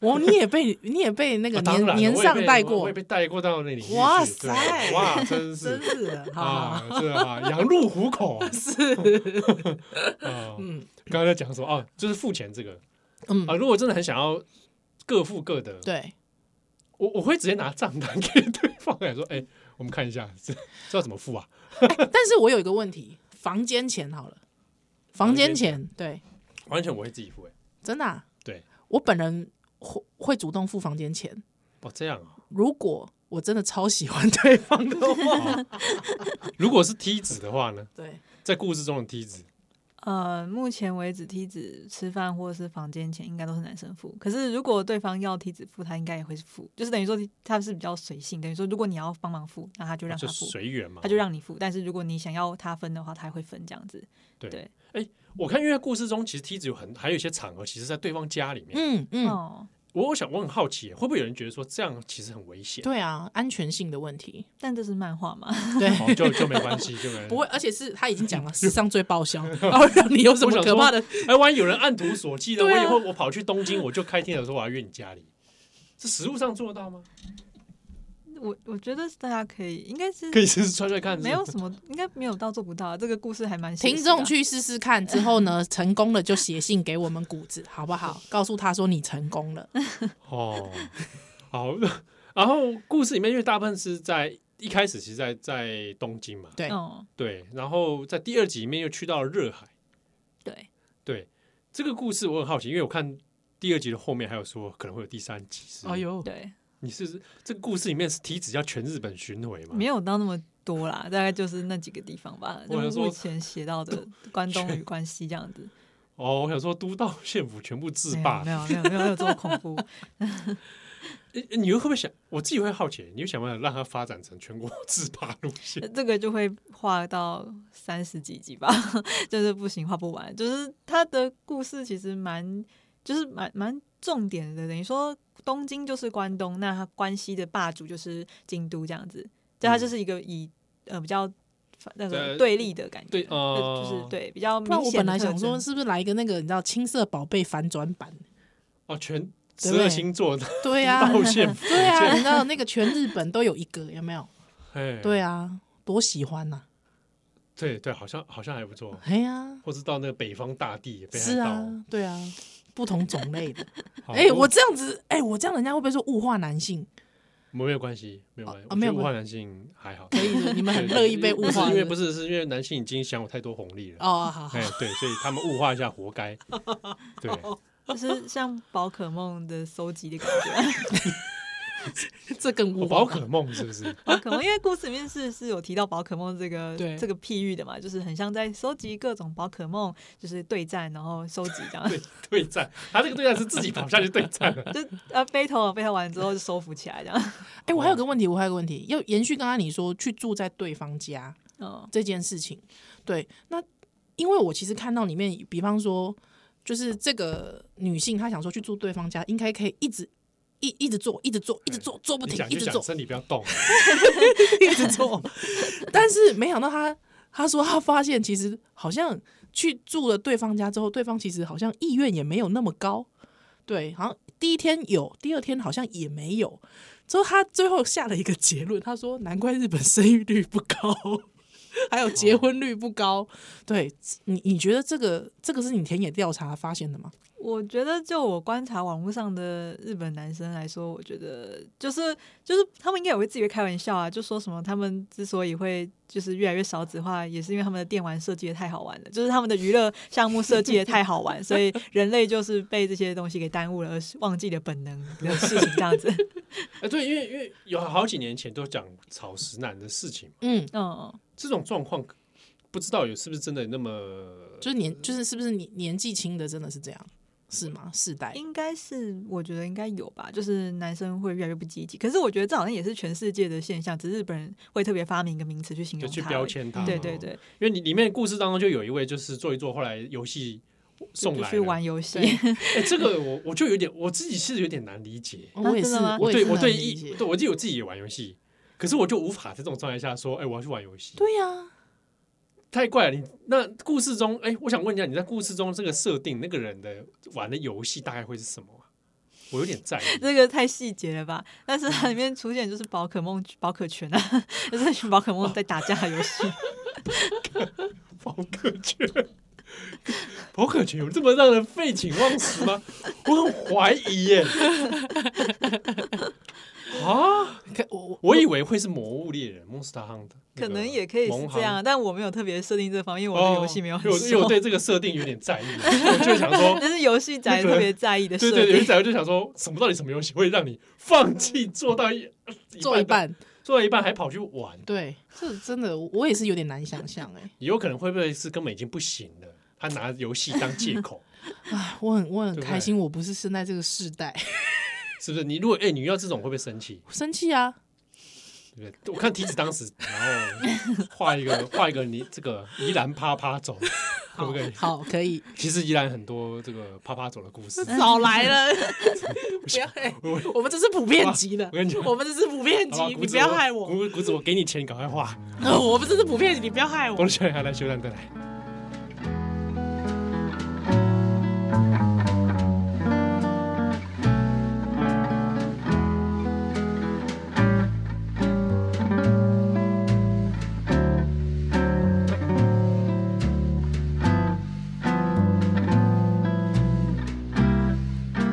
Speaker 2: 哦，你也被你也被那个
Speaker 3: 啊当
Speaker 2: 年
Speaker 3: 然
Speaker 2: 年
Speaker 3: 我也
Speaker 2: 上
Speaker 3: 被
Speaker 2: 带
Speaker 3: 我
Speaker 2: 过
Speaker 3: 也，被带过到那领域去。
Speaker 2: 哇
Speaker 3: 对
Speaker 2: 塞
Speaker 3: 哇，真是
Speaker 2: *laughs* 真是的，好好
Speaker 3: 啊，这啊，羊入虎口啊
Speaker 2: *laughs* 是，
Speaker 3: *laughs* 啊。
Speaker 2: 嗯
Speaker 3: 刚刚在讲什么啊？就是付钱这个
Speaker 2: 嗯
Speaker 3: 啊，，如果真的很想要各付各的，
Speaker 2: 对，
Speaker 3: 我我会直接拿账单给对方来说，哎，我们看一下这这要怎么付啊？
Speaker 2: 哎但是我有一个问题，房间钱好了，房间钱，对，
Speaker 3: 完全我会自己付哎。
Speaker 2: 真的、啊，
Speaker 3: 对，
Speaker 2: 我本人会会主动付房间钱，
Speaker 3: 哦，这样啊。
Speaker 2: 如果我真的超喜欢对方的话，
Speaker 3: 如果是梯子的话呢，
Speaker 2: 对，
Speaker 3: 在故事中的梯子，
Speaker 1: 呃，目前为止，梯子吃饭或者是房间钱应该都是男生付。可是如果对方要梯子付，他应该也会付，就是等于说他是比较随性，等于说如果你要帮忙付，那他就让
Speaker 3: 就
Speaker 1: 他付，
Speaker 3: 随缘嘛，
Speaker 1: 他就让你付。但是如果你想要他分的话，他也会分这样子。
Speaker 3: 对
Speaker 1: 对，
Speaker 3: 我看，因为在故事中其实梯子有很还有一些场合，其实在对方家里面，
Speaker 2: 嗯嗯，
Speaker 1: 哦，
Speaker 3: 我我想我很好奇，会不会有人觉得说这样其实很危险？
Speaker 2: 对啊，安全性的问
Speaker 3: *laughs*
Speaker 2: 题，
Speaker 1: 但这是漫画嘛？
Speaker 2: 对。
Speaker 3: 哦，就就没关系，就 *laughs* 没关系
Speaker 2: 不会，。而且是他已经
Speaker 3: *laughs*
Speaker 2: 讲了史上最报销，然后让你有什么可怕的？
Speaker 3: 哎，万一有人按图索骥的，我
Speaker 2: 对啊
Speaker 3: 以后我跑去东京，我就开天的时候我要约你家里，这实物上做得到吗？
Speaker 1: 我我觉得大家可以，应该是
Speaker 3: 可以试试穿穿看，
Speaker 1: 没有什么，应该没有到做不到啊。这个故事还蛮写实
Speaker 2: 听
Speaker 1: 的啊
Speaker 2: 众去试试看，之后呢，成功了就写信给我们谷子，好不好？告诉他说你成功
Speaker 3: *laughs*
Speaker 2: 了，
Speaker 3: 哦。好，然后故事里面，因为大部分是在一开始，其实在在东京嘛，
Speaker 2: 对
Speaker 1: 哦，
Speaker 3: 对，然后在第二集里面又去到了热海。
Speaker 1: 对，
Speaker 3: 对这个故事，我很好奇，因为我看第二集的后面还有说可能会有第三集。是
Speaker 2: 哎，呦，
Speaker 1: 嗯对，
Speaker 3: 你是这个故事里面是体脂要全日本巡回吗？
Speaker 1: 没有到那么多啦，大概就是那几个地方吧。
Speaker 3: 我
Speaker 1: 就
Speaker 3: 想说
Speaker 1: 目前写到的关东与关西这样子。
Speaker 3: 哦，我想说都道县府全部自霸。
Speaker 1: 没有没有没有没有这么恐怖。
Speaker 3: 诶诶你又会不会想？我自己会好奇，你有想不想让它发展成全国 *laughs* 自霸路线？
Speaker 1: 这个就会画到三十几集吧， *laughs* 就是不行画不完。就是他的故事其实蛮，就是蛮蛮重点的，等于说东京就是关东，那它关西的霸主就是京都这样子，就它就是一个以呃比较那
Speaker 3: 呃
Speaker 1: 个对立的感觉，
Speaker 3: 嗯对
Speaker 1: 呃
Speaker 3: 哦
Speaker 1: 就是对比较明
Speaker 2: 不然我
Speaker 1: 显
Speaker 2: 本
Speaker 1: 的
Speaker 2: 来
Speaker 1: 特征。
Speaker 2: 想说，是不是来一个那个你知道青色宝贝反转版？
Speaker 3: 哦，全
Speaker 2: 对
Speaker 3: 十
Speaker 2: 不对
Speaker 3: 二星座的
Speaker 2: 对呀、
Speaker 3: *laughs* 道县
Speaker 2: *laughs*
Speaker 3: 府。
Speaker 2: 对啊，你知道那个全日本都有一个，有没有？
Speaker 3: 哎，
Speaker 2: 对啊，多喜欢呐、
Speaker 3: 对对，好像好像还不错。
Speaker 2: 哎呀，
Speaker 3: 或是到那个北方大地哦也被
Speaker 2: 是
Speaker 3: 到。
Speaker 2: 啊，对啊，不同种类的。
Speaker 3: 好
Speaker 2: 哎、我这样子，哎、我这样人家会不会说物化男性？ *laughs*
Speaker 3: 没有关系，没有关系
Speaker 2: 哦，
Speaker 3: 我觉
Speaker 2: 没有
Speaker 3: 得物
Speaker 2: 关
Speaker 3: 化男性还好，
Speaker 2: 可以的，你们很乐意被物
Speaker 3: 不是
Speaker 2: 化的，
Speaker 3: 因为不是，是因为男性已经享有太多红利了。
Speaker 2: 哦，好好
Speaker 3: 哎，对，所以他们物化一下
Speaker 2: *laughs*
Speaker 3: 活该。对，
Speaker 2: 哦
Speaker 1: 就是像宝可梦的收集的感觉。
Speaker 2: 这更
Speaker 3: 我
Speaker 2: 物化
Speaker 3: 宝可梦是
Speaker 2: *laughs*
Speaker 3: 不是？
Speaker 1: *laughs* 宝可梦，因为故事里面是是有提到宝可梦这个
Speaker 2: 对
Speaker 1: 这个譬喻的嘛，就是很像在收集各种宝可梦，就是对战，然后收集这样，
Speaker 3: 对，对战，他这个对战是自己跑下去对战的。
Speaker 1: *laughs* 就呃 battle battle 完之后就收服起来这样。
Speaker 2: 哎、我还
Speaker 3: 哦
Speaker 2: 有个问题，我还有个问题，要延续刚刚你说去住在对方家
Speaker 1: 嗯，
Speaker 2: 这件事情。对，那因为我其实看到里面，比方说，就是这个女性她想说去住对方家，应该可以一直一一直做，一直做，一直做，做不
Speaker 3: 你
Speaker 2: 停
Speaker 3: 讲，
Speaker 2: 一 *laughs*
Speaker 3: 就
Speaker 2: 直
Speaker 3: 讲，
Speaker 2: 做， *laughs*
Speaker 3: 身体不要动。
Speaker 2: 一直做。但是没想到她他说他发现其实好像去住了对方家之后，对方其实好像意愿也没有那么高，对，好像第一天有，第二天好像也没有。之后他最后下了一个结论，他说难怪日本生育率不高， *laughs* 还有结婚率不高。对你，你觉得这个这个是你田野调查发现的吗？
Speaker 1: 我觉得，就我观察网络上的日本男生来说，我觉得就是就是他们应该也会自己会开玩笑啊，就说什么他们之所以会就是越来越少子化，也是因为他们的电玩设计的太好玩了，就是他们的娱乐项目设计的太好玩，所以人类就是被这些东西给耽误了，而是忘记了本能的事情这样子。
Speaker 3: 哎，对，因为因为有好几年前都讲草食男的事情嘛，
Speaker 2: 嗯，
Speaker 1: 嗯，
Speaker 3: 这种状况不知道有是不是真的那么
Speaker 2: 就是年就是是不是你年纪轻的真的是这样是吗？世代
Speaker 1: 应该是我觉得应该有吧，就是男生会越来越不积极。可是我觉得这好像也是全世界的现象，只是日本人会特别发明一个名词去形
Speaker 3: 就
Speaker 1: 容它
Speaker 3: 去
Speaker 1: 而已，
Speaker 3: 标签嗯他？
Speaker 1: 嗯对对对，
Speaker 3: 因为你里面故事当中就有一位就是做一做，后来游戏送
Speaker 1: 就
Speaker 3: 来
Speaker 1: 去
Speaker 3: 了，
Speaker 1: 玩游戏。
Speaker 2: 对
Speaker 3: 哎，这个我我就有点我自己是有点难理解。
Speaker 2: 哦我也
Speaker 1: 真
Speaker 2: 是
Speaker 1: 的吗，
Speaker 2: 也
Speaker 3: 我对
Speaker 2: 是
Speaker 3: 我
Speaker 2: 很
Speaker 3: 对
Speaker 2: 理
Speaker 3: 一
Speaker 2: 解
Speaker 3: 对我记得我自己也玩游戏，可是我就无法在这种状态下说，哎，我要去玩游戏，
Speaker 2: 对呀、
Speaker 3: 太怪了。你那故事中，哎，我想问一下，你在故事中这个设定那个人的玩的游戏大概会是什么啊？我有点在
Speaker 1: *laughs*
Speaker 3: 意。
Speaker 1: *laughs* 这个太细节了吧？但
Speaker 3: 嗯
Speaker 1: 是它里面出现就是宝可梦、宝可拳啊， *laughs* 就是一群宝可梦在打架的游
Speaker 3: *laughs*
Speaker 1: 戏。
Speaker 3: 宝可圈，宝可圈有这么让人废寝忘食吗？我很怀疑
Speaker 1: *laughs*
Speaker 3: 耶。啊！
Speaker 2: 可我我
Speaker 3: 我以为会是《魔物猎人》（Monster Hunt），
Speaker 1: 可能也可以是这样，啊但我没有特别设定这方面，因
Speaker 3: 那
Speaker 1: 为
Speaker 3: 个
Speaker 1: 我对
Speaker 3: 盟行。
Speaker 1: 游戏没有
Speaker 3: 哦
Speaker 1: 很
Speaker 3: 因为我因为
Speaker 1: 熟
Speaker 3: 我。对这个设定有点在意，我就想
Speaker 1: *laughs*
Speaker 3: 说，
Speaker 1: 那是游戏宅特别在意的设
Speaker 3: 对对，有一
Speaker 1: 定。
Speaker 3: 仔我就想说，什么到底什么游戏会让你放弃做到一
Speaker 2: 做一，半，
Speaker 3: 做到一半还跑去玩？
Speaker 2: 对，这真的我也是有点难想象哎、
Speaker 3: 也有可能会不会是根本已经不行了？他拿游戏当借口， *laughs*
Speaker 2: 啊，我很我很
Speaker 3: 对不
Speaker 2: 开心，我不是生在这个世代， *laughs*
Speaker 3: 是不是？你如果哎、你遇到这种会不会生气？
Speaker 2: 生气啊，
Speaker 3: 对不对？我看体子当时，然后画一个 *laughs* 画一个你这个宜兰啪啪走，
Speaker 2: 好
Speaker 3: 可不可以？
Speaker 2: 好，可以，
Speaker 3: *laughs* 其实宜兰很多这个啪啪走的故
Speaker 2: *laughs*
Speaker 3: 事，
Speaker 2: 少来
Speaker 3: *laughs*
Speaker 2: 了，不要害
Speaker 3: 我
Speaker 2: 我们这是普遍级的
Speaker 3: 我跟你讲，
Speaker 2: 我们这是普遍
Speaker 3: 好吧
Speaker 2: 级，
Speaker 3: 谷
Speaker 2: 你
Speaker 3: 子
Speaker 2: 不要害我，
Speaker 3: 谷谷子，我给你钱，你赶快画。
Speaker 2: *laughs* 我们这是普遍级，你不要害我
Speaker 3: 多。少人还来修蛋再来。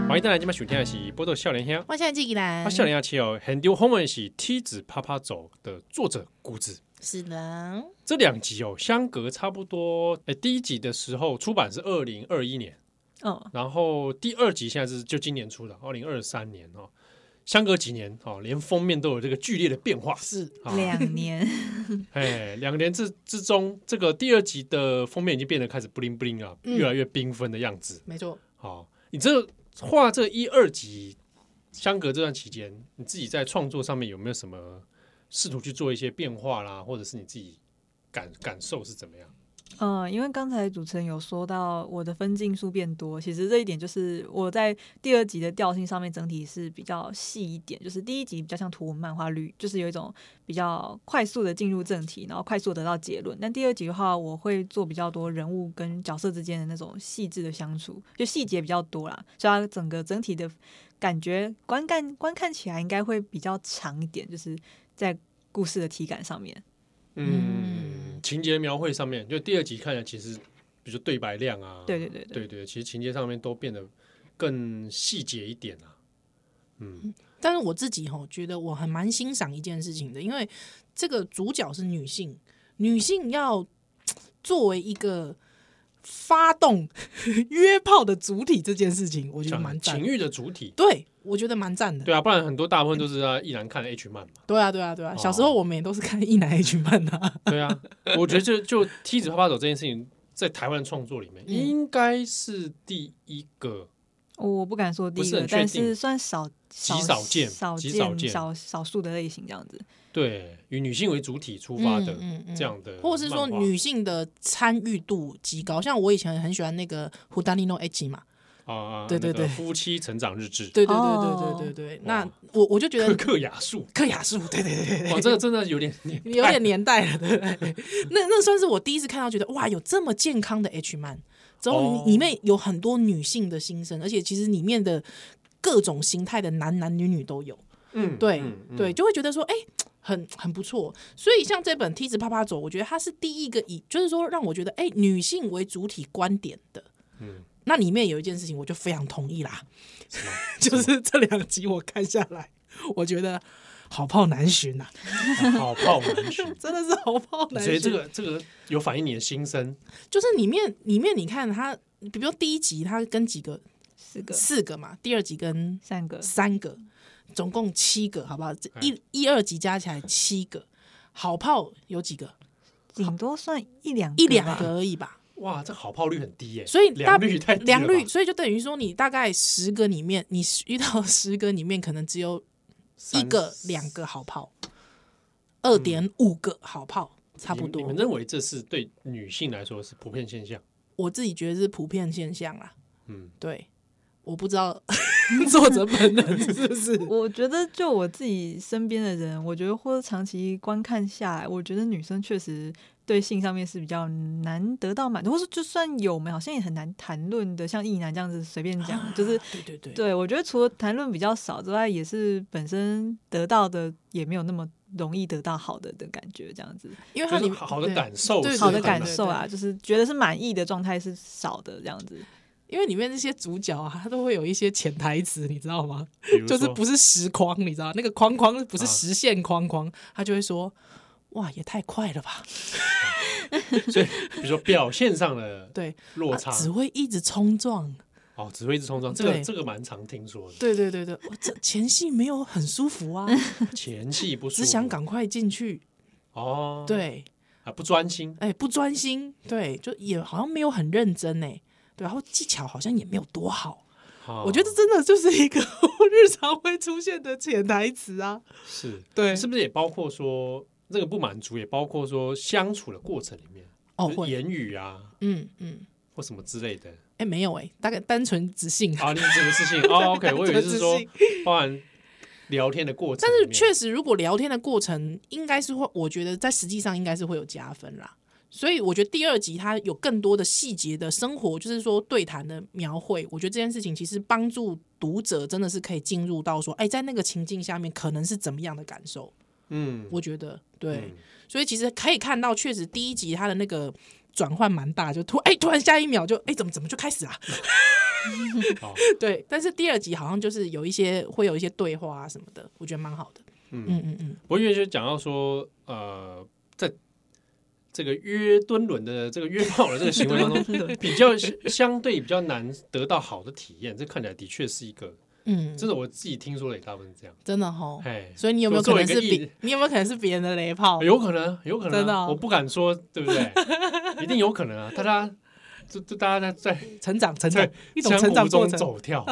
Speaker 3: 欢迎大家今晚收听的是《波多笑莲香》，
Speaker 2: 我现在进来
Speaker 3: 啊，笑莲香七哦，很丢。后面是梯子啪啪走的作者谷子。
Speaker 2: 是的，
Speaker 3: 这两集哦，相隔差不多。哎，第一集的时候出版是二零二一年，
Speaker 1: 嗯，
Speaker 3: 然后第二集现在是就今年出的，二零二三年哦，相隔几年哦，连封面都有这个剧烈的变化。
Speaker 2: 是
Speaker 3: 啊
Speaker 1: 两年
Speaker 3: 哎，两年之之中，这个第二集的封面已经变得开始布灵布灵啊，
Speaker 2: 嗯
Speaker 3: 越来越缤纷的样子。
Speaker 2: 没错，
Speaker 3: 好、你这画这一二集相隔这段期间，你自己在创作上面有没有什么试图去做一些变化啦，或者是你自己感感受是怎么样？
Speaker 1: 嗯，因为刚才主持人有说到我的分镜数变多，其实这一点就是我在第二集的调性上面整体是比较细一点，就是第一集比较像图文漫画绿，就是有一种比较快速的进入正题，然后快速地得到结论。但第二集的话，我会做比较多人物跟角色之间的那种细致的相处，就细节比较多啦，所以它整个整体的感觉观看观看起来应该会比较长一点，就是在故事的体感上面。
Speaker 3: 嗯，情节描绘上面，就第二集看了，其实比如说对白量啊，
Speaker 1: 对对对对，
Speaker 3: 对对，其实情节上面都变得更细节一点啊。嗯，
Speaker 2: 但是我自己吼觉得我还蛮欣赏一件事情的，因为这个主角是女性，女性要作为一个发动约炮的主体这件事情，我觉得
Speaker 3: 像
Speaker 2: 蛮赞
Speaker 3: 情
Speaker 2: 的。
Speaker 3: 欲的主体，
Speaker 2: 对，我觉得蛮赞的。
Speaker 3: 对啊，不然很多大部分都是
Speaker 2: *laughs*
Speaker 3: 啊，依然看 H 漫嘛，
Speaker 2: 对啊，对啊，对啊！
Speaker 3: 哦
Speaker 2: 小时候我们也都是看一男 H 漫的啊、
Speaker 3: 对啊，我觉得就就梯子啪啪走这件事情，在台湾创作里面
Speaker 2: 嗯
Speaker 3: 应该是第一个，
Speaker 1: 我不敢说第
Speaker 3: 不
Speaker 1: 一
Speaker 3: 是
Speaker 1: 个，
Speaker 3: 很确
Speaker 1: 但
Speaker 3: 定
Speaker 1: 是算少少
Speaker 3: 少见
Speaker 1: 少
Speaker 3: 极少见
Speaker 1: 少少数的类型这样子。
Speaker 3: 对，以女性为主体出发的
Speaker 2: 嗯嗯嗯
Speaker 3: 这样的漫画，
Speaker 2: 或者是说女性的参与度极高。像我以前很喜欢那个《胡丹利诺 H》嘛，
Speaker 3: 啊啊，
Speaker 2: 对对
Speaker 3: 那个
Speaker 2: 对
Speaker 3: 夫妻成长日志，
Speaker 2: 对对
Speaker 1: 哦
Speaker 2: 对对对对对，那我我就觉
Speaker 3: 克
Speaker 2: 得
Speaker 3: 克雅树，
Speaker 2: 克雅树，啊对对对对
Speaker 3: 哇，这个真的有点年
Speaker 2: *laughs*
Speaker 3: 代
Speaker 2: 有点年代了，对不对？那那算是我第一次看到，觉得哇，有这么健康的 H man，之
Speaker 3: 哦
Speaker 2: 后里面有很多女性的心声，而且其实里面的各种形态的男男女女都有，
Speaker 3: 嗯，
Speaker 2: 对、
Speaker 3: 嗯嗯
Speaker 2: 对，就会觉得说，哎、很很不错。所以像这本《梯子啪啪走》，我觉得它是第一个以就是说让我觉得，哎、女性为主体观点的，
Speaker 3: 嗯
Speaker 2: 那里面有一件事情，我就非常同意啦，
Speaker 3: 是吗
Speaker 2: *laughs* 就是这两集我看下来，我觉得好炮难寻啊呐、
Speaker 3: 好炮文
Speaker 2: *laughs*
Speaker 3: 学，
Speaker 2: 真的是好炮难
Speaker 3: 所以
Speaker 2: 寻。
Speaker 3: 这个这个有反映你的心声，
Speaker 2: 就是里面里面你看他，比如说第一集他跟几个
Speaker 1: 四个、
Speaker 2: 四个嘛，第二集跟
Speaker 1: 三个，
Speaker 2: 三个，总共七个，好不好？这
Speaker 3: 哎
Speaker 2: 一一二集加起来七个，好炮有几个？
Speaker 1: 顶多算一两
Speaker 2: 一两
Speaker 1: 吧
Speaker 2: 个而已吧。
Speaker 3: 哇，这好炮率很低耶，
Speaker 2: 所以大
Speaker 3: 良率太低了吧
Speaker 2: 良率，所以就等于说你大概十个里面，你遇到 *laughs* 十个里面可能只有一
Speaker 3: 三嗯
Speaker 2: 个、两个好炮，二点五个好炮，差不
Speaker 3: 你
Speaker 2: 多
Speaker 3: 们。认为这是对女性来说是普遍现象？
Speaker 2: 我自己觉得是普遍现象啦。
Speaker 3: 嗯，
Speaker 2: 对，我不知道 *laughs* 作者本人是不是
Speaker 1: 我觉得，就我自己身边的人，我觉得或者长期观看下来，我觉得女生确实对性上面是比较难得到满足，或是就算有，我们好像也很难谈论的，像异男这样子随便
Speaker 3: *laughs*
Speaker 1: 讲，就是
Speaker 2: 对对对，
Speaker 1: 对我觉得除了谈论比较少之外，也是本身得到的也没有那么容易得到好的的感觉，这样子
Speaker 2: 因为它
Speaker 3: 就
Speaker 2: 里
Speaker 3: 是
Speaker 2: 面
Speaker 3: 好好的
Speaker 2: 对
Speaker 3: 感受
Speaker 2: 对
Speaker 3: 是
Speaker 2: 对
Speaker 3: 很难，
Speaker 1: 好
Speaker 2: 对
Speaker 1: 的
Speaker 2: 对
Speaker 1: 感
Speaker 2: 对
Speaker 1: 受啊，就是觉得是满意的状态是少的这样子。
Speaker 2: 因为里面那些主角啊，他都会有一些潜台词，你知道吗？
Speaker 3: 比如
Speaker 2: 就
Speaker 3: 说
Speaker 2: 是不是实框，你知道那个框框不是
Speaker 3: 啊
Speaker 2: 实线框框，他就会说：“哇，也太快了吧
Speaker 3: 所以比如说表现上！”的
Speaker 2: 对，
Speaker 3: 落
Speaker 2: 啊
Speaker 3: 差
Speaker 2: 只会一直冲撞。
Speaker 3: 哦，只会一直冲撞，这个
Speaker 2: 对
Speaker 3: 这个蛮常听说的，
Speaker 2: 对对对对，我这前戏没有很舒服
Speaker 3: *laughs*
Speaker 2: 啊，
Speaker 3: 前戏不舒
Speaker 2: 只
Speaker 3: 服
Speaker 2: 想赶快进去。
Speaker 3: 哦，
Speaker 2: 对，
Speaker 3: 啊，不专心，
Speaker 2: 哎，不专心，对，就也好像没有很认真呢。对，然后技巧好像也没有多好。
Speaker 3: 哦
Speaker 2: 我觉得真的就是一个 *laughs* 日常会出现的潜台词啊。
Speaker 3: 是哎
Speaker 2: 对
Speaker 3: 是不是也包括说这个不满足，也包括说相处的过程里面，
Speaker 2: 哦，
Speaker 3: 就是
Speaker 2: 会，
Speaker 3: 言语啊
Speaker 2: 嗯嗯，
Speaker 3: 或什么之类的 *laughs*
Speaker 2: 哎，没有哎，大概单纯只性。
Speaker 3: 啊，你这个事情
Speaker 2: *laughs*
Speaker 3: 哦，OK，我以为是说
Speaker 2: 这
Speaker 3: 包含聊天的过程
Speaker 2: 但
Speaker 3: 里
Speaker 2: 是
Speaker 3: 面，
Speaker 2: 确实，如果聊天的过程应该是会，我觉得在实际上应该是会有加分啦。所以我觉得第二集它有更多的细节的生活，就是说对谈的描绘。我觉得这件事情其实帮助读者真的是可以进入到说，哎，在那个情境下面可能是怎么样的感受。
Speaker 3: 嗯，
Speaker 2: 我觉得对，
Speaker 3: 嗯
Speaker 2: 所以其实可以看到，确实第一集它的那个转换蛮大，就突哎、突然下一秒就哎、怎么怎么就开
Speaker 3: *laughs*
Speaker 2: 始啦、
Speaker 3: 好，
Speaker 2: *laughs* 对，但是第二集好像就是有一些会有一些对话啊什么的，我觉得蛮好的。
Speaker 3: 嗯，
Speaker 2: 嗯嗯嗯，
Speaker 3: 我因为就讲到说，呃，在这个约蹲轮的这个约炮的这个行为当中，
Speaker 2: *laughs*
Speaker 3: 比较相对比较难得到好的体验，这看起来的确是一个，
Speaker 2: 嗯，哦
Speaker 3: 真的我自己听说的也大部分是这样，
Speaker 2: 真的吼。
Speaker 3: 哎，
Speaker 2: 所以你有没有可能是
Speaker 3: 作为一个艺
Speaker 2: 别你有没有可能是别人的雷炮？
Speaker 3: 有可能，有可能啊，
Speaker 2: 真的哦
Speaker 3: 我不敢说，对不对？
Speaker 2: *laughs*
Speaker 3: 一定有可能啊！大家，就就大家在在
Speaker 2: 成长成长
Speaker 3: 在
Speaker 2: 一种
Speaker 3: 江
Speaker 2: 成
Speaker 3: 湖
Speaker 2: 长过
Speaker 3: 中
Speaker 2: 程，
Speaker 3: 走跳，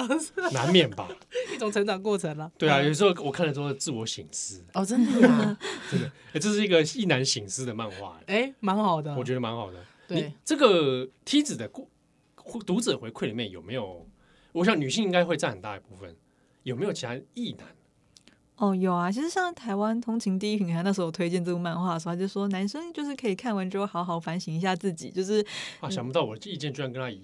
Speaker 3: 难免吧？
Speaker 2: 一种成长过程了。
Speaker 3: 哦啊 *laughs* 对啊，有
Speaker 2: 嗯，
Speaker 3: 时候我看了之后自我省思，
Speaker 2: 哦，真的 *laughs* 呀，
Speaker 3: 真的，哎这是一个一男省思的漫画，哎
Speaker 2: 哎，蛮好的。
Speaker 3: 我觉得蛮好的。
Speaker 2: 对
Speaker 3: 你，这个梯子的故读者回馈里面有没有？我想女性应该会占很大一部分，有没有其他异男？
Speaker 1: 哦，有啊，其实像台湾通勤第一品牌那时候我推荐这部漫画的时候，他就说男生就是可以看完之后好好反省一下自己， *laughs* 就是
Speaker 3: 啊，想不到我的意见居然跟他一
Speaker 1: *laughs*
Speaker 3: 样，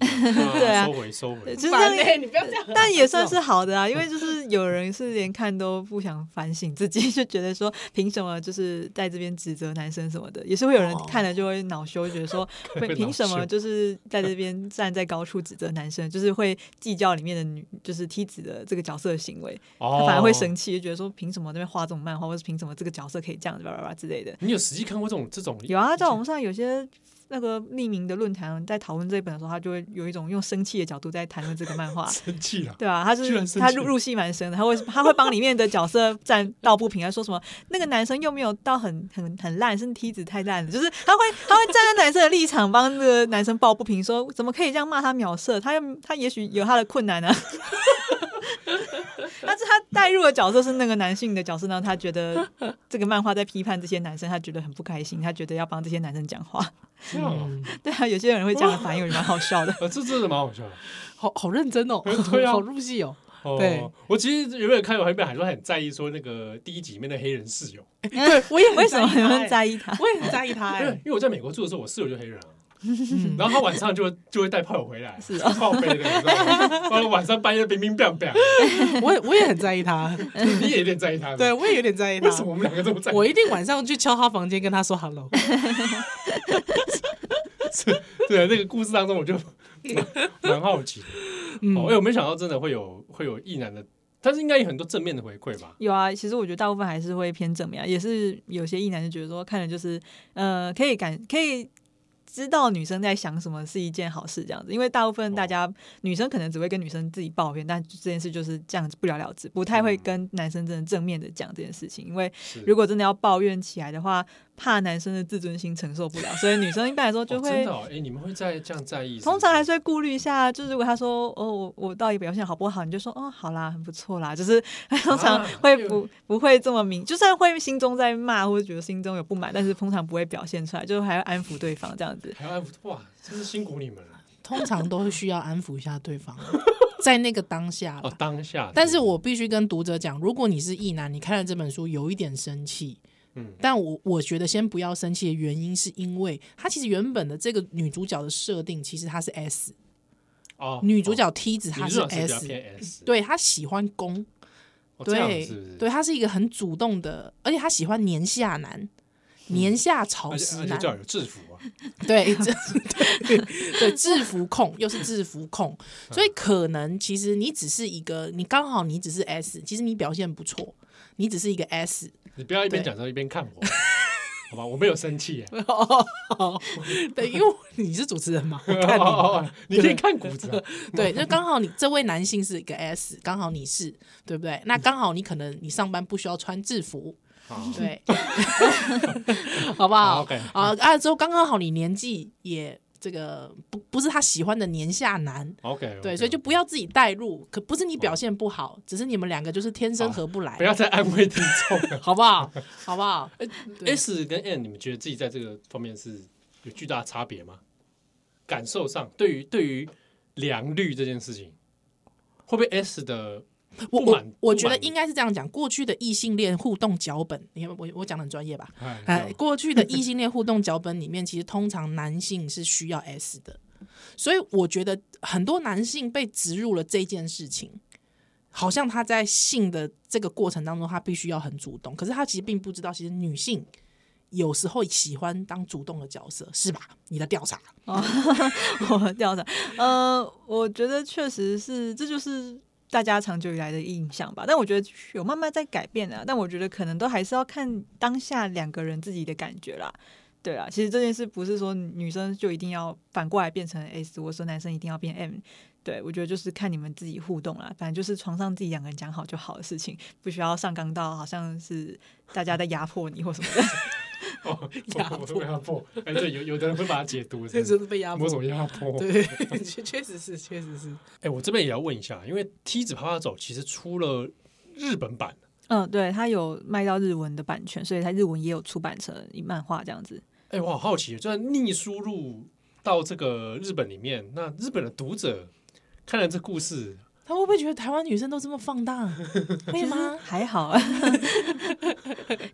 Speaker 1: 嗯对啊
Speaker 3: 收回收
Speaker 1: 对
Speaker 3: 回，
Speaker 1: 就是
Speaker 2: 烦
Speaker 1: 那个
Speaker 2: 欸你不要这样。
Speaker 1: 但也算是好的啊，因为就是 *laughs* 有人是连看都不想反省自己，就觉得说凭什么就是在这边指责男生什么的，也是会有人看了就会恼羞，觉得 *laughs* 说
Speaker 3: 会恼羞
Speaker 1: 凭什么就是 *laughs* 在这边站在高处指责男生，就是会计较里面的女就是梯子的这个角色的行为，他
Speaker 3: 哦
Speaker 1: *laughs* 反而会生气，就觉得说凭什么那边画这种漫画，或是凭什么这个角色可以这样子吧吧吧之类的。
Speaker 3: 哦你有实际看过这种这种？。
Speaker 1: 有啊，在网络上有些那个匿名的论坛在讨论这本的时候，他就会有一种用生气的角度在谈论这个漫画
Speaker 3: 生气了，
Speaker 1: *laughs* 对啊，他就
Speaker 3: 居然生
Speaker 1: 是
Speaker 3: 气
Speaker 1: 他入入戏蛮深的，他会他会帮里面的角色站道不平，还说什么那个男生又没有到很很很烂，是梯子太烂了，就是他会他会站在男生的立场帮那个男生抱不平，说怎么可以这样骂他秒射，他又他也许有他的困难啊， *laughs* 但是他带入的角色是那个男性的角色，然后他觉得这个漫画在批判这些男生，他觉得很不开心，他觉得要帮这些男生讲话。 *laughs*
Speaker 3: 这样啊，
Speaker 1: 对啊，有些人会这样的反应，我觉得蛮好笑的。
Speaker 3: 呃这真的蛮好笑的。
Speaker 2: 好好认真哦，
Speaker 3: 对啊
Speaker 2: 好入戏哦。对
Speaker 3: 哦，我其实原本看有黑本还说很在意说那个第一集里面的黑人室友，
Speaker 2: 对，我也很
Speaker 1: 为什么
Speaker 2: 在意
Speaker 1: 有
Speaker 2: 他
Speaker 1: 人
Speaker 2: 欸？
Speaker 1: 在意他？
Speaker 2: 我也很在意他
Speaker 3: 因为
Speaker 2: 哎。
Speaker 3: 因为我在美国住的时候，我室友就黑人啊，
Speaker 2: 嗯
Speaker 3: 然后他晚上就就会带炮友回来，
Speaker 1: 是啊
Speaker 3: 炮飞的，你知道吗？然后晚上半夜冰冰冰冰，
Speaker 2: *laughs* 我也我也很在意
Speaker 3: *laughs*
Speaker 2: 他，
Speaker 3: 你也有点在意他，
Speaker 2: 对，我也有点在意他
Speaker 3: 为。什么我们两个这么在意？
Speaker 2: 我一定晚上去敲他房间，跟他说
Speaker 3: *laughs*
Speaker 2: hello。
Speaker 3: 对那个故事当中，我就 *laughs* 蛮好奇的。
Speaker 2: 嗯
Speaker 3: 哦，哎，我没想到真的会有会有异男的，但是应该有很多正面的回馈吧？
Speaker 1: 有啊，其实我觉得大部分还是会偏正面啊，也是有些异男就觉得说，看了就是呃，可以感可以知道女生在想什么是一件好事这样子，因为大部分
Speaker 3: 哦
Speaker 1: 大家、女生可能只会跟女生自己抱怨，但这件事就是这样子不了了之，不太会跟男生真的正面的讲这件事情，因为
Speaker 3: 嗯是
Speaker 1: 如果真的要抱怨起来的话，怕男生的自尊心承受不了，所以女生一般来说
Speaker 3: 哦
Speaker 1: 就
Speaker 3: 真
Speaker 1: 会
Speaker 3: 的哦，哎，你们会在这样在意？
Speaker 1: 通常还
Speaker 3: 是
Speaker 1: 是会顾虑一下，就是如果他说哦，我我到底表现好不好，你就说哦，好啦，很不错啦，就是 *laughs* 通常会不、不会这么明，就算会心中在骂或者觉得心中有不满，但是通常不会表现出来，就是还要安抚对方这样子
Speaker 3: 不是。还要安抚，哇，真是辛苦你们了。
Speaker 2: 通常都会需要安抚一下对方，啊 *laughs* 在那个当下
Speaker 3: 哦
Speaker 2: 啦。，
Speaker 3: 当下，
Speaker 2: 但是我必须跟读者讲，如果你是异男，你看了这本书有一点生气，
Speaker 3: 嗯
Speaker 2: 但我我觉得先不要生气的原因是因为她其实原本的这个女主角的设定，其实她是 S，
Speaker 3: 哦，
Speaker 2: 女主角梯子她
Speaker 3: 女
Speaker 2: 是
Speaker 3: 主角比较
Speaker 2: S，
Speaker 3: 偏 S，
Speaker 2: 对她喜欢攻，
Speaker 3: 哦，这样
Speaker 2: 对
Speaker 3: 是不是？
Speaker 2: 对，她是一个很主动的，而且她喜欢年下男。年下草
Speaker 3: 嗯而且
Speaker 2: 食
Speaker 3: 而且
Speaker 2: 男，
Speaker 3: 叫有制服啊，
Speaker 2: 对，这对对，制服控又是制服控，
Speaker 3: 嗯
Speaker 2: *laughs* 所以可能其实你只是一个，你刚好你只是 S，其实你表现不错，你只是一个 S，
Speaker 3: 你不要一边
Speaker 2: 对
Speaker 3: 讲到一边看
Speaker 2: *laughs*
Speaker 3: 我，好吧？我没有生气耶，
Speaker 2: 对，因为 *laughs* 你是主持人嘛，我
Speaker 3: 哦
Speaker 2: 看你
Speaker 3: 哦
Speaker 2: 嘛，
Speaker 3: 哦你可以看骨子啊，
Speaker 2: *laughs* 对，就刚好你这位男性是一个 S，刚好你是，对不对？那刚好你可能你上班不需要穿制服，
Speaker 3: 好 *laughs*
Speaker 2: 对，好不好
Speaker 3: 好，OK
Speaker 2: 啊啊，之后刚刚好你年纪也这个不不是他喜欢的年下男，
Speaker 3: ，OK，
Speaker 2: 对，所以就不
Speaker 3: 要
Speaker 2: 要自己带入，可不是你表现不好，只是你们两个就是天
Speaker 3: 哦
Speaker 2: 生合不来，
Speaker 3: 不要再安慰听众了。
Speaker 2: *laughs* 好不好？好不好？
Speaker 3: 哎
Speaker 2: 对
Speaker 3: S 跟 N，你们觉得自己在这个方面是有巨大的差别吗？感受上，对于对于良率这件事情，会不会 S 的
Speaker 2: 我
Speaker 3: 不
Speaker 2: 我
Speaker 3: 满
Speaker 2: 我觉得
Speaker 3: 不满
Speaker 2: 应该是这样讲，过去的异性恋互动脚本，你看我我讲的很专业吧？哎
Speaker 3: 哎，
Speaker 2: 过去的异性恋互动脚本里面，其实通常男性是需要 S 的，所以我觉得很多男性被植入了这件事情，好像他在性的这个过程当中，他必须要很主动，可是他其实并不知道，其实女性有时候喜欢当主动的角色，是吧？你的调查，
Speaker 1: *laughs* 我调查，呃，我觉得确实是，这就是大家长久以来的印象吧。但我觉得有慢慢在改变啊，但我觉得可能都还是要看当下两个人自己的感觉啦。对啊，其实这件事不是说女生就一定要反过来变成 S，我说男生一定要变 M。对，我觉得就是看你们自己互动啦，反正就是床上自己两个人讲好就好的事情，不需要上纲到好像是大家在压迫你或什么的。
Speaker 2: *laughs*
Speaker 3: 哦
Speaker 2: 压
Speaker 3: 我我压迫，哎，对，有有的人会把它解读成
Speaker 2: 是被压
Speaker 3: 某种压迫。
Speaker 2: 对，确确实是，确实是，
Speaker 3: 哎，我这边也要问一下，因为《梯子啪啪走》其实出了日本版，
Speaker 1: *laughs* 嗯，对，他有卖到日文的版权，所以他日文也有出版成漫画这样子。
Speaker 3: 哎，我好好奇，就是逆输入到这个日本里面，那日本的读者看了这故事，
Speaker 2: *laughs* 他会不会觉得台湾女生都这么放荡？会吗？
Speaker 1: 还
Speaker 2: *laughs*
Speaker 1: 好 *laughs* 啊，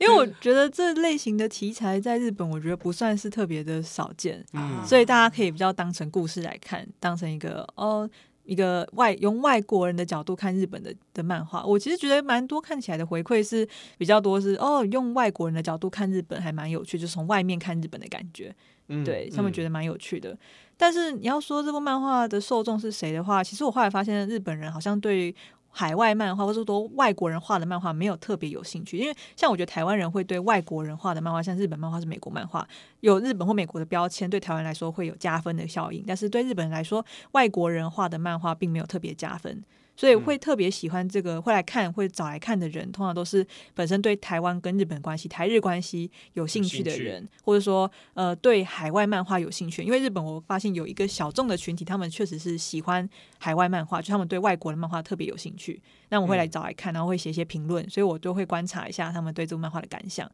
Speaker 1: 因为我觉得这类型的题材在日本，我觉得不算是特别的少见，
Speaker 2: 嗯
Speaker 1: 啊所以大家可以比较当成故事来看，当成一个哦。一个外用外国人的角度看日本的的漫画，我其实觉得蛮多看起来的回馈是比较多是哦，用外国人的角度看日本还蛮有趣，就是从外面看日本的感觉。
Speaker 3: 嗯
Speaker 1: 对他们觉
Speaker 3: 得
Speaker 1: 得蛮有趣的。但是你要说这部漫画的受众是谁的话，其实我后来发现日本人好像对。海外漫画或者多外国人画的漫画没有特别有兴趣，因为像我觉得台湾人会对外国人画的漫画，像日本漫画是美国漫画，有日本或美国的标签，对台湾来说会有加分的效应，但是对日本人来说，外国人画的漫画并没有特别加分。所
Speaker 3: 嗯
Speaker 1: 以会特别喜欢这个，会来看会找来看的人，通常都是本身对台湾跟日本关系、台日关系有兴趣的
Speaker 3: 有兴趣
Speaker 1: 人，或者说呃对海外漫画有兴趣。因为日本我发现有一个小众的群体，他们确实是喜欢海外漫画，就他们对外国的漫画特别有兴趣。那我会
Speaker 3: 嗯
Speaker 1: 来找来看，然后会写一些评论，所以我就会观察一下他们对这部漫画的感想。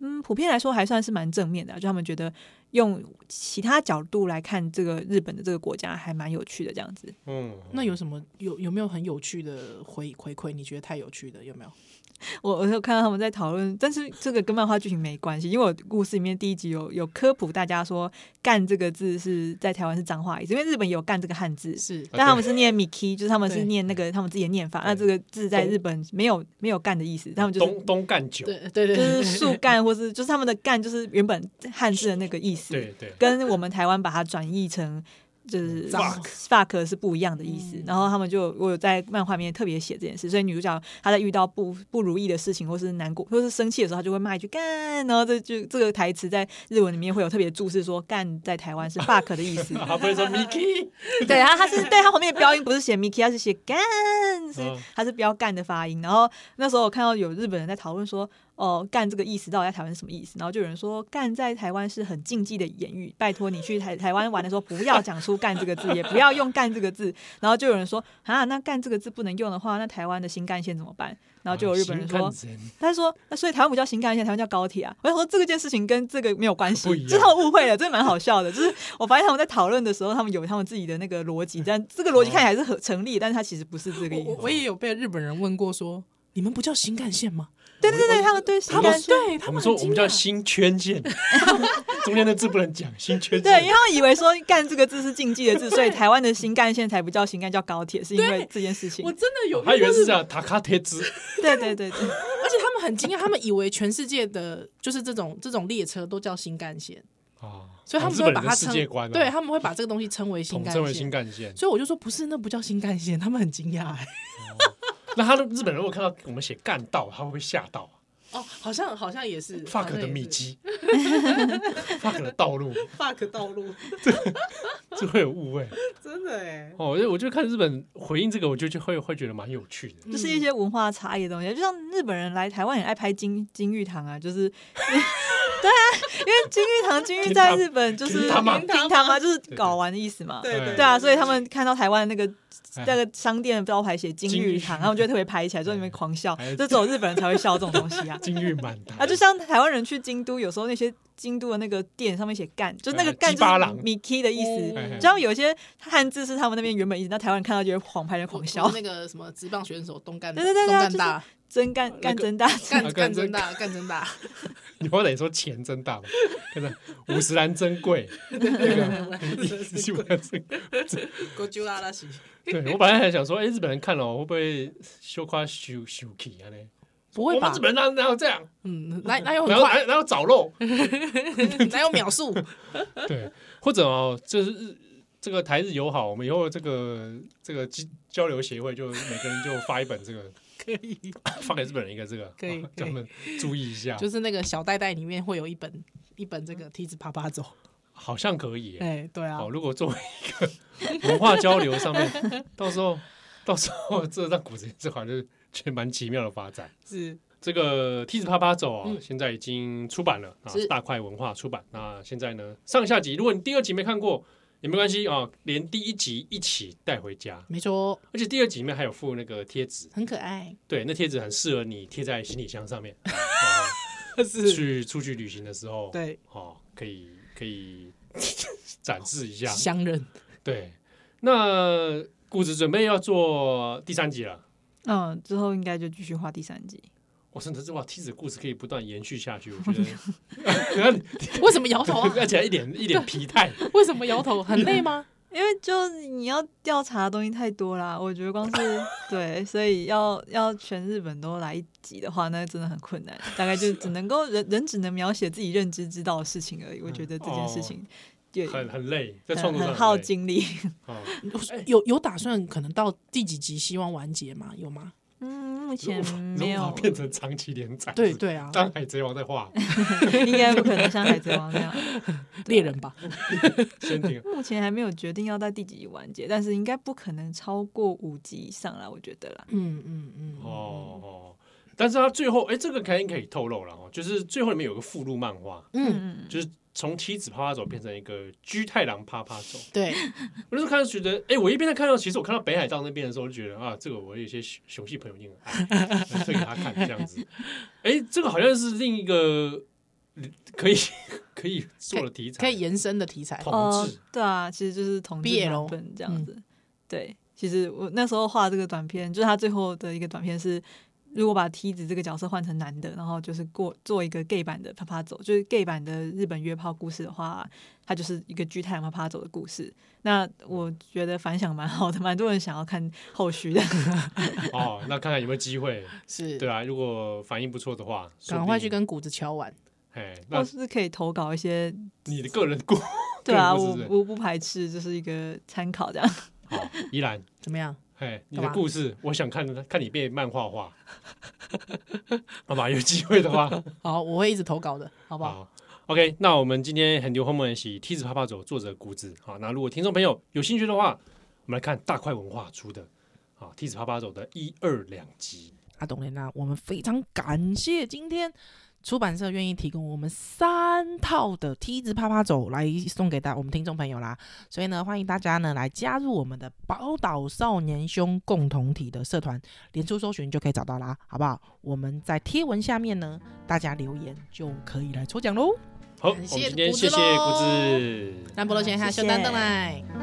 Speaker 1: 嗯，普遍来说还算是蛮正面的啊、就他们觉得用其他角度来看这个日本的这个国家还蛮有趣的这样子。
Speaker 3: 嗯，
Speaker 2: 那有什么有有没有很有趣的回回馈？你觉得太有趣的有没有？
Speaker 1: 我我有看到他们在讨论，但是这个跟漫画剧情没关系，因为我故事里面第一集有有科普大家说“干”这个字是在台湾是脏话意思，因为日本有“干”这个汉字，
Speaker 2: 是
Speaker 1: 但他们是念 “miki”，就是他们是
Speaker 2: 啊对
Speaker 1: 念那个他们自己的念法。
Speaker 3: 对
Speaker 1: 那这个字在日本没有没有“干”的意思，他们就是
Speaker 3: 东东干酒，
Speaker 2: 对对对，
Speaker 1: 就是树干，或是就是他们的“干”就是原本汉字的那个意思。
Speaker 3: 对对，
Speaker 1: 跟我们台湾把它转译成就是
Speaker 2: Fuck
Speaker 1: fuck 是不一样的意思
Speaker 2: 嗯。
Speaker 1: 然后他们就我有在漫画里面特别写这件事，所以女主角她在遇到不不如意的事情，或是难过，或是生气的时候，她就会骂一句“干”，然后这句这个台词在日文里面会有特别注释说“干”在台湾是 fuck 的意思。
Speaker 3: 他
Speaker 1: *laughs*
Speaker 3: 不会说 Miki，
Speaker 1: 对，然后他是对他旁边的标音不是写 Miki，他是写干，是
Speaker 3: 嗯
Speaker 1: 他是标干的发音。然后那时候我看到有日本人在讨论说，哦，干这个意思到底在台湾是什么意思？然后就有人说，干在台湾是很禁忌的言语，拜托你去台台湾玩的时候不要讲出干这个字，也不要用干这个字。然后就有人说，啊，那干这个字不能用的话，那台湾的新干线怎么办？然后就有日
Speaker 3: 啊
Speaker 1: 本人说，他说：“那所以台湾不叫新干线，台湾叫高铁啊。”我想说这个件事情跟这个没有关系
Speaker 3: 不一，样
Speaker 1: 这他们误会了，真的蛮好笑的。就是我发现他们在讨论的时候，他们有他们自己的那个逻辑，但这个
Speaker 3: 哦
Speaker 1: 逻辑看起来是很成立，但是它其实不是这个意
Speaker 2: 我
Speaker 1: 思。
Speaker 2: 我也有被日本人问过说，你们不叫新干线吗？
Speaker 1: 对对对，他们对
Speaker 2: 他
Speaker 1: 新
Speaker 2: 们
Speaker 1: 干线，
Speaker 2: 对他
Speaker 3: 我
Speaker 2: 们很
Speaker 3: 们说我们
Speaker 2: 惊
Speaker 3: 叫
Speaker 2: 讶
Speaker 3: 新圈
Speaker 1: *laughs*
Speaker 3: 线，中间的字不能讲，新圈
Speaker 1: 对，因为
Speaker 3: 线。
Speaker 1: 他们以为说“干”这个字是禁忌的字，所 *laughs* 以台湾的新干线才不叫新干，叫高铁，是因为这件事情
Speaker 2: 我。真的有，
Speaker 3: 他以为
Speaker 2: 就是
Speaker 3: 这样塔卡贴兹，
Speaker 1: 对对对对，
Speaker 2: 而且他们很惊讶，他们以为全世界的就是这种这种列车都叫新干线，
Speaker 3: 啊，
Speaker 2: 所以他们
Speaker 3: 日
Speaker 2: 就会
Speaker 3: 本
Speaker 2: 把
Speaker 3: 人
Speaker 2: 它
Speaker 3: 的
Speaker 2: 称
Speaker 3: 世界观啊，
Speaker 2: 对他们会把这个东西称为新
Speaker 3: 统
Speaker 2: 干
Speaker 3: 称为新
Speaker 2: 线。
Speaker 3: 干线。
Speaker 2: 所以我就说不是，那不叫新干线，他们很惊讶、哎
Speaker 3: 那他的日本人如果看到我们写干道，他会不会吓到啊
Speaker 2: 哦，好像好像也是
Speaker 3: ？fuck 的秘籍 *laughs* ，fuck 的道路，
Speaker 2: ，fuck 道路，
Speaker 3: 就会有误会。
Speaker 2: 真的哎、
Speaker 3: 哦，我就我就看日本回应这个，我就就会会觉得蛮有趣的。
Speaker 1: 就是一些文化差异的东西，就像日本人来台湾也爱拍金金玉堂啊，就是 *laughs* 对啊，因为金玉堂金玉在日本就是
Speaker 3: 金他妈
Speaker 1: 金他妈就是搞完的意思嘛，
Speaker 2: 对对
Speaker 1: 对啊，所以他们看到台湾的那个
Speaker 3: 哎
Speaker 1: 那个商店招牌写金玉堂，他们就会特别拍起来，就在那边狂笑
Speaker 3: 哎，。
Speaker 1: 这只有日本人才会笑这种东西啊
Speaker 3: 金玉满堂
Speaker 1: 啊，就像台湾人去京都，有时候那些京都的那个店上面写“干”，就是那个“
Speaker 3: 哎
Speaker 1: 干”
Speaker 3: 鸡
Speaker 1: 就是
Speaker 3: 巴郎
Speaker 1: “miki” 的意思。
Speaker 3: 哎哎
Speaker 1: 就他们有些汉字是他们那边原本意思，那台湾人看到就会狂拍人狂笑，
Speaker 2: 那个什么职棒选手东干，
Speaker 1: 对对对对
Speaker 2: 东
Speaker 1: 啊
Speaker 2: 干大，
Speaker 1: 真干干真大。
Speaker 2: 干
Speaker 3: 干
Speaker 2: 干
Speaker 3: 这
Speaker 2: 真大，干真大，
Speaker 3: 你或者说钱真大嘛，真的五十兰珍
Speaker 2: *laughs*
Speaker 3: 贵，
Speaker 2: 是
Speaker 3: 基本上是
Speaker 2: 国舅拉拉西，
Speaker 3: 对我本来还想说，哎、日本人看了我会不会羞夸羞羞气啊嘞？
Speaker 2: 不
Speaker 3: 我
Speaker 2: 会
Speaker 3: 们
Speaker 2: 吧
Speaker 3: 日？本人哪哪有这样？
Speaker 2: 嗯，哪哪有很
Speaker 3: 然后
Speaker 2: 快，
Speaker 3: 哪有哪有找漏？
Speaker 2: 哪有秒数？
Speaker 3: *laughs* 对，或者哦，就是日这个台日友好，我们以后这个这个交交流协会就每个人就发一本这个，
Speaker 2: 可以，
Speaker 3: 发给日本人一个这个，
Speaker 2: 可以
Speaker 3: 哦
Speaker 2: 可以
Speaker 3: 叫他们注意一下，
Speaker 2: 就是那个小袋袋里面会有一本一本这个梯子啪啪走。
Speaker 3: 好像可以耶。
Speaker 2: 哎，对啊
Speaker 3: 好，，如果作为一个文化交流上面，到时候到时候这让古这这好像就是觉得蛮奇妙的发展。
Speaker 2: 是
Speaker 3: 这个《梯子啪啪走》啊
Speaker 2: 嗯，
Speaker 3: 现在已经出版了啊
Speaker 2: 是，
Speaker 3: 大块文化出版。那现在呢，上下集，如果你第二集没看过也没关系啊，连第一集一起带回家。
Speaker 2: 没错，
Speaker 3: 而且第二集里面还有附那个贴纸，
Speaker 2: 很可爱，
Speaker 3: 对，那贴纸很适合你贴在行李箱上面，
Speaker 1: 嗯
Speaker 3: *laughs* 啊
Speaker 1: *laughs*
Speaker 3: 啊
Speaker 2: 是，
Speaker 3: 去出去旅行的时候，
Speaker 2: 对，
Speaker 3: 哦，可以
Speaker 1: *laughs*
Speaker 3: 可以展示一下。
Speaker 2: 相认，
Speaker 3: 对，那谷子准备要做第三集了。
Speaker 1: 嗯，之后应该就继续画第三集。
Speaker 3: 我真的是哇，梯子故事可以不断延续下去，我觉
Speaker 1: *laughs*
Speaker 3: 得
Speaker 2: 为什么摇头啊？
Speaker 3: *laughs* 而且一点一点疲态，
Speaker 2: 为什么摇头？很累吗？
Speaker 1: 因为就是你要调查的东西太多啦，我觉得光是 *laughs* 对，所以要要全日本都来一集的话，那真的很困难。大概就只能够人人只能描写自己认知知道的事情而已。我觉得这件事情也
Speaker 3: 哦很很累，在创
Speaker 1: 很
Speaker 3: 作上
Speaker 1: 很
Speaker 3: 很
Speaker 1: 耗
Speaker 3: 累。
Speaker 1: 精力。
Speaker 3: 哦
Speaker 2: 有有打算可能到第几集希望完结吗？有吗？
Speaker 1: 嗯，目
Speaker 3: 如
Speaker 1: 前
Speaker 3: 果
Speaker 1: 没
Speaker 3: 如果
Speaker 1: 有，
Speaker 3: 变成长期连载，
Speaker 2: 对
Speaker 3: 是
Speaker 2: 对啊，
Speaker 3: 当海贼王在画，
Speaker 1: 应该不可能像海贼王那样。
Speaker 2: 猎人吧，
Speaker 3: 先停。
Speaker 1: *laughs* 目前还没有决定要在第几集完结，但是应该不可能超过五集以上啦，我觉得啦。
Speaker 2: 嗯嗯嗯，
Speaker 3: 哦哦，但是他最后，哎、这个肯定可以透露了哦，就是最后里面有个附录漫画，
Speaker 2: 嗯，
Speaker 1: 嗯，
Speaker 3: 就是从妻子啪啪走变成一个居太郎啪啪走。
Speaker 2: 对，
Speaker 3: 我那时候看到觉得，哎、我一边在看到，其实我看到北海道那边的时候，就觉得啊，这个我有一些熊熊系朋友一定很 *laughs* 爱，推给他看这样子。哎、这个好像是另一个可以 *laughs* 可以做的题材，
Speaker 2: 可以延伸的题材，
Speaker 3: 同
Speaker 1: 哦
Speaker 3: 志，
Speaker 1: 对啊，其实就是同志
Speaker 2: BL
Speaker 1: 版本这样
Speaker 3: 嗯
Speaker 1: 子。对，其实我那时候画这个短片，就是他最后的一个短片是，如果把梯子这个角色换成男的，然后就是过做一个 gay 版的啪啪走，就是 gay 版的日本约炮故事的话，它就是一个巨太阳啪啪走的故事。那我觉得反响蛮好的，蛮多人想要看后续
Speaker 3: *laughs*
Speaker 1: 的。
Speaker 3: 哦，那看看有没有机会，
Speaker 2: 是，
Speaker 3: 对啊，如果反应不错的话，
Speaker 2: 赶快去
Speaker 3: 跟
Speaker 2: 跟谷子敲完，
Speaker 3: 哎，那
Speaker 1: 或 *laughs* 是可以投稿一些，
Speaker 3: 你的个人故
Speaker 1: 对啊，
Speaker 3: 个人
Speaker 1: 我
Speaker 3: 故事是不是
Speaker 1: 我不排斥，就是一个参考这样。
Speaker 3: 好，依然，
Speaker 2: 怎么样？
Speaker 3: 哎，你
Speaker 2: 干
Speaker 3: 的
Speaker 2: 嘛
Speaker 3: 故事，我想看看你被漫画 *laughs* 化，好吧，有机会的话，
Speaker 2: 好，我会一直投稿的，好不好？
Speaker 3: 好，OK，那我们今天很牛后面喜梯子啪啪走，作者谷子。好，那如果听众朋友有兴趣的话，我们来看大块文化出的啊梯子啪啪走的一二两集。
Speaker 2: 阿董莲娜，我们非常感谢今天出版社愿意提供我们三套的梯子啪啪走来送给大我们听众朋友啦，所以呢，欢迎大家呢来加入我们的宝岛少年兄共同体的社团，连出搜寻就可以找到啦，好不好？我们在贴文下面呢，大家留言就可以来抽奖喽。
Speaker 3: 好，我
Speaker 2: 感
Speaker 3: 们
Speaker 2: 谢
Speaker 3: 今天
Speaker 2: 谷
Speaker 3: 谢
Speaker 2: 子
Speaker 3: 谢
Speaker 2: 咯
Speaker 3: 谷子。
Speaker 2: 兰博罗先生，
Speaker 1: 谢谢
Speaker 2: 秀丹登来，
Speaker 3: 拜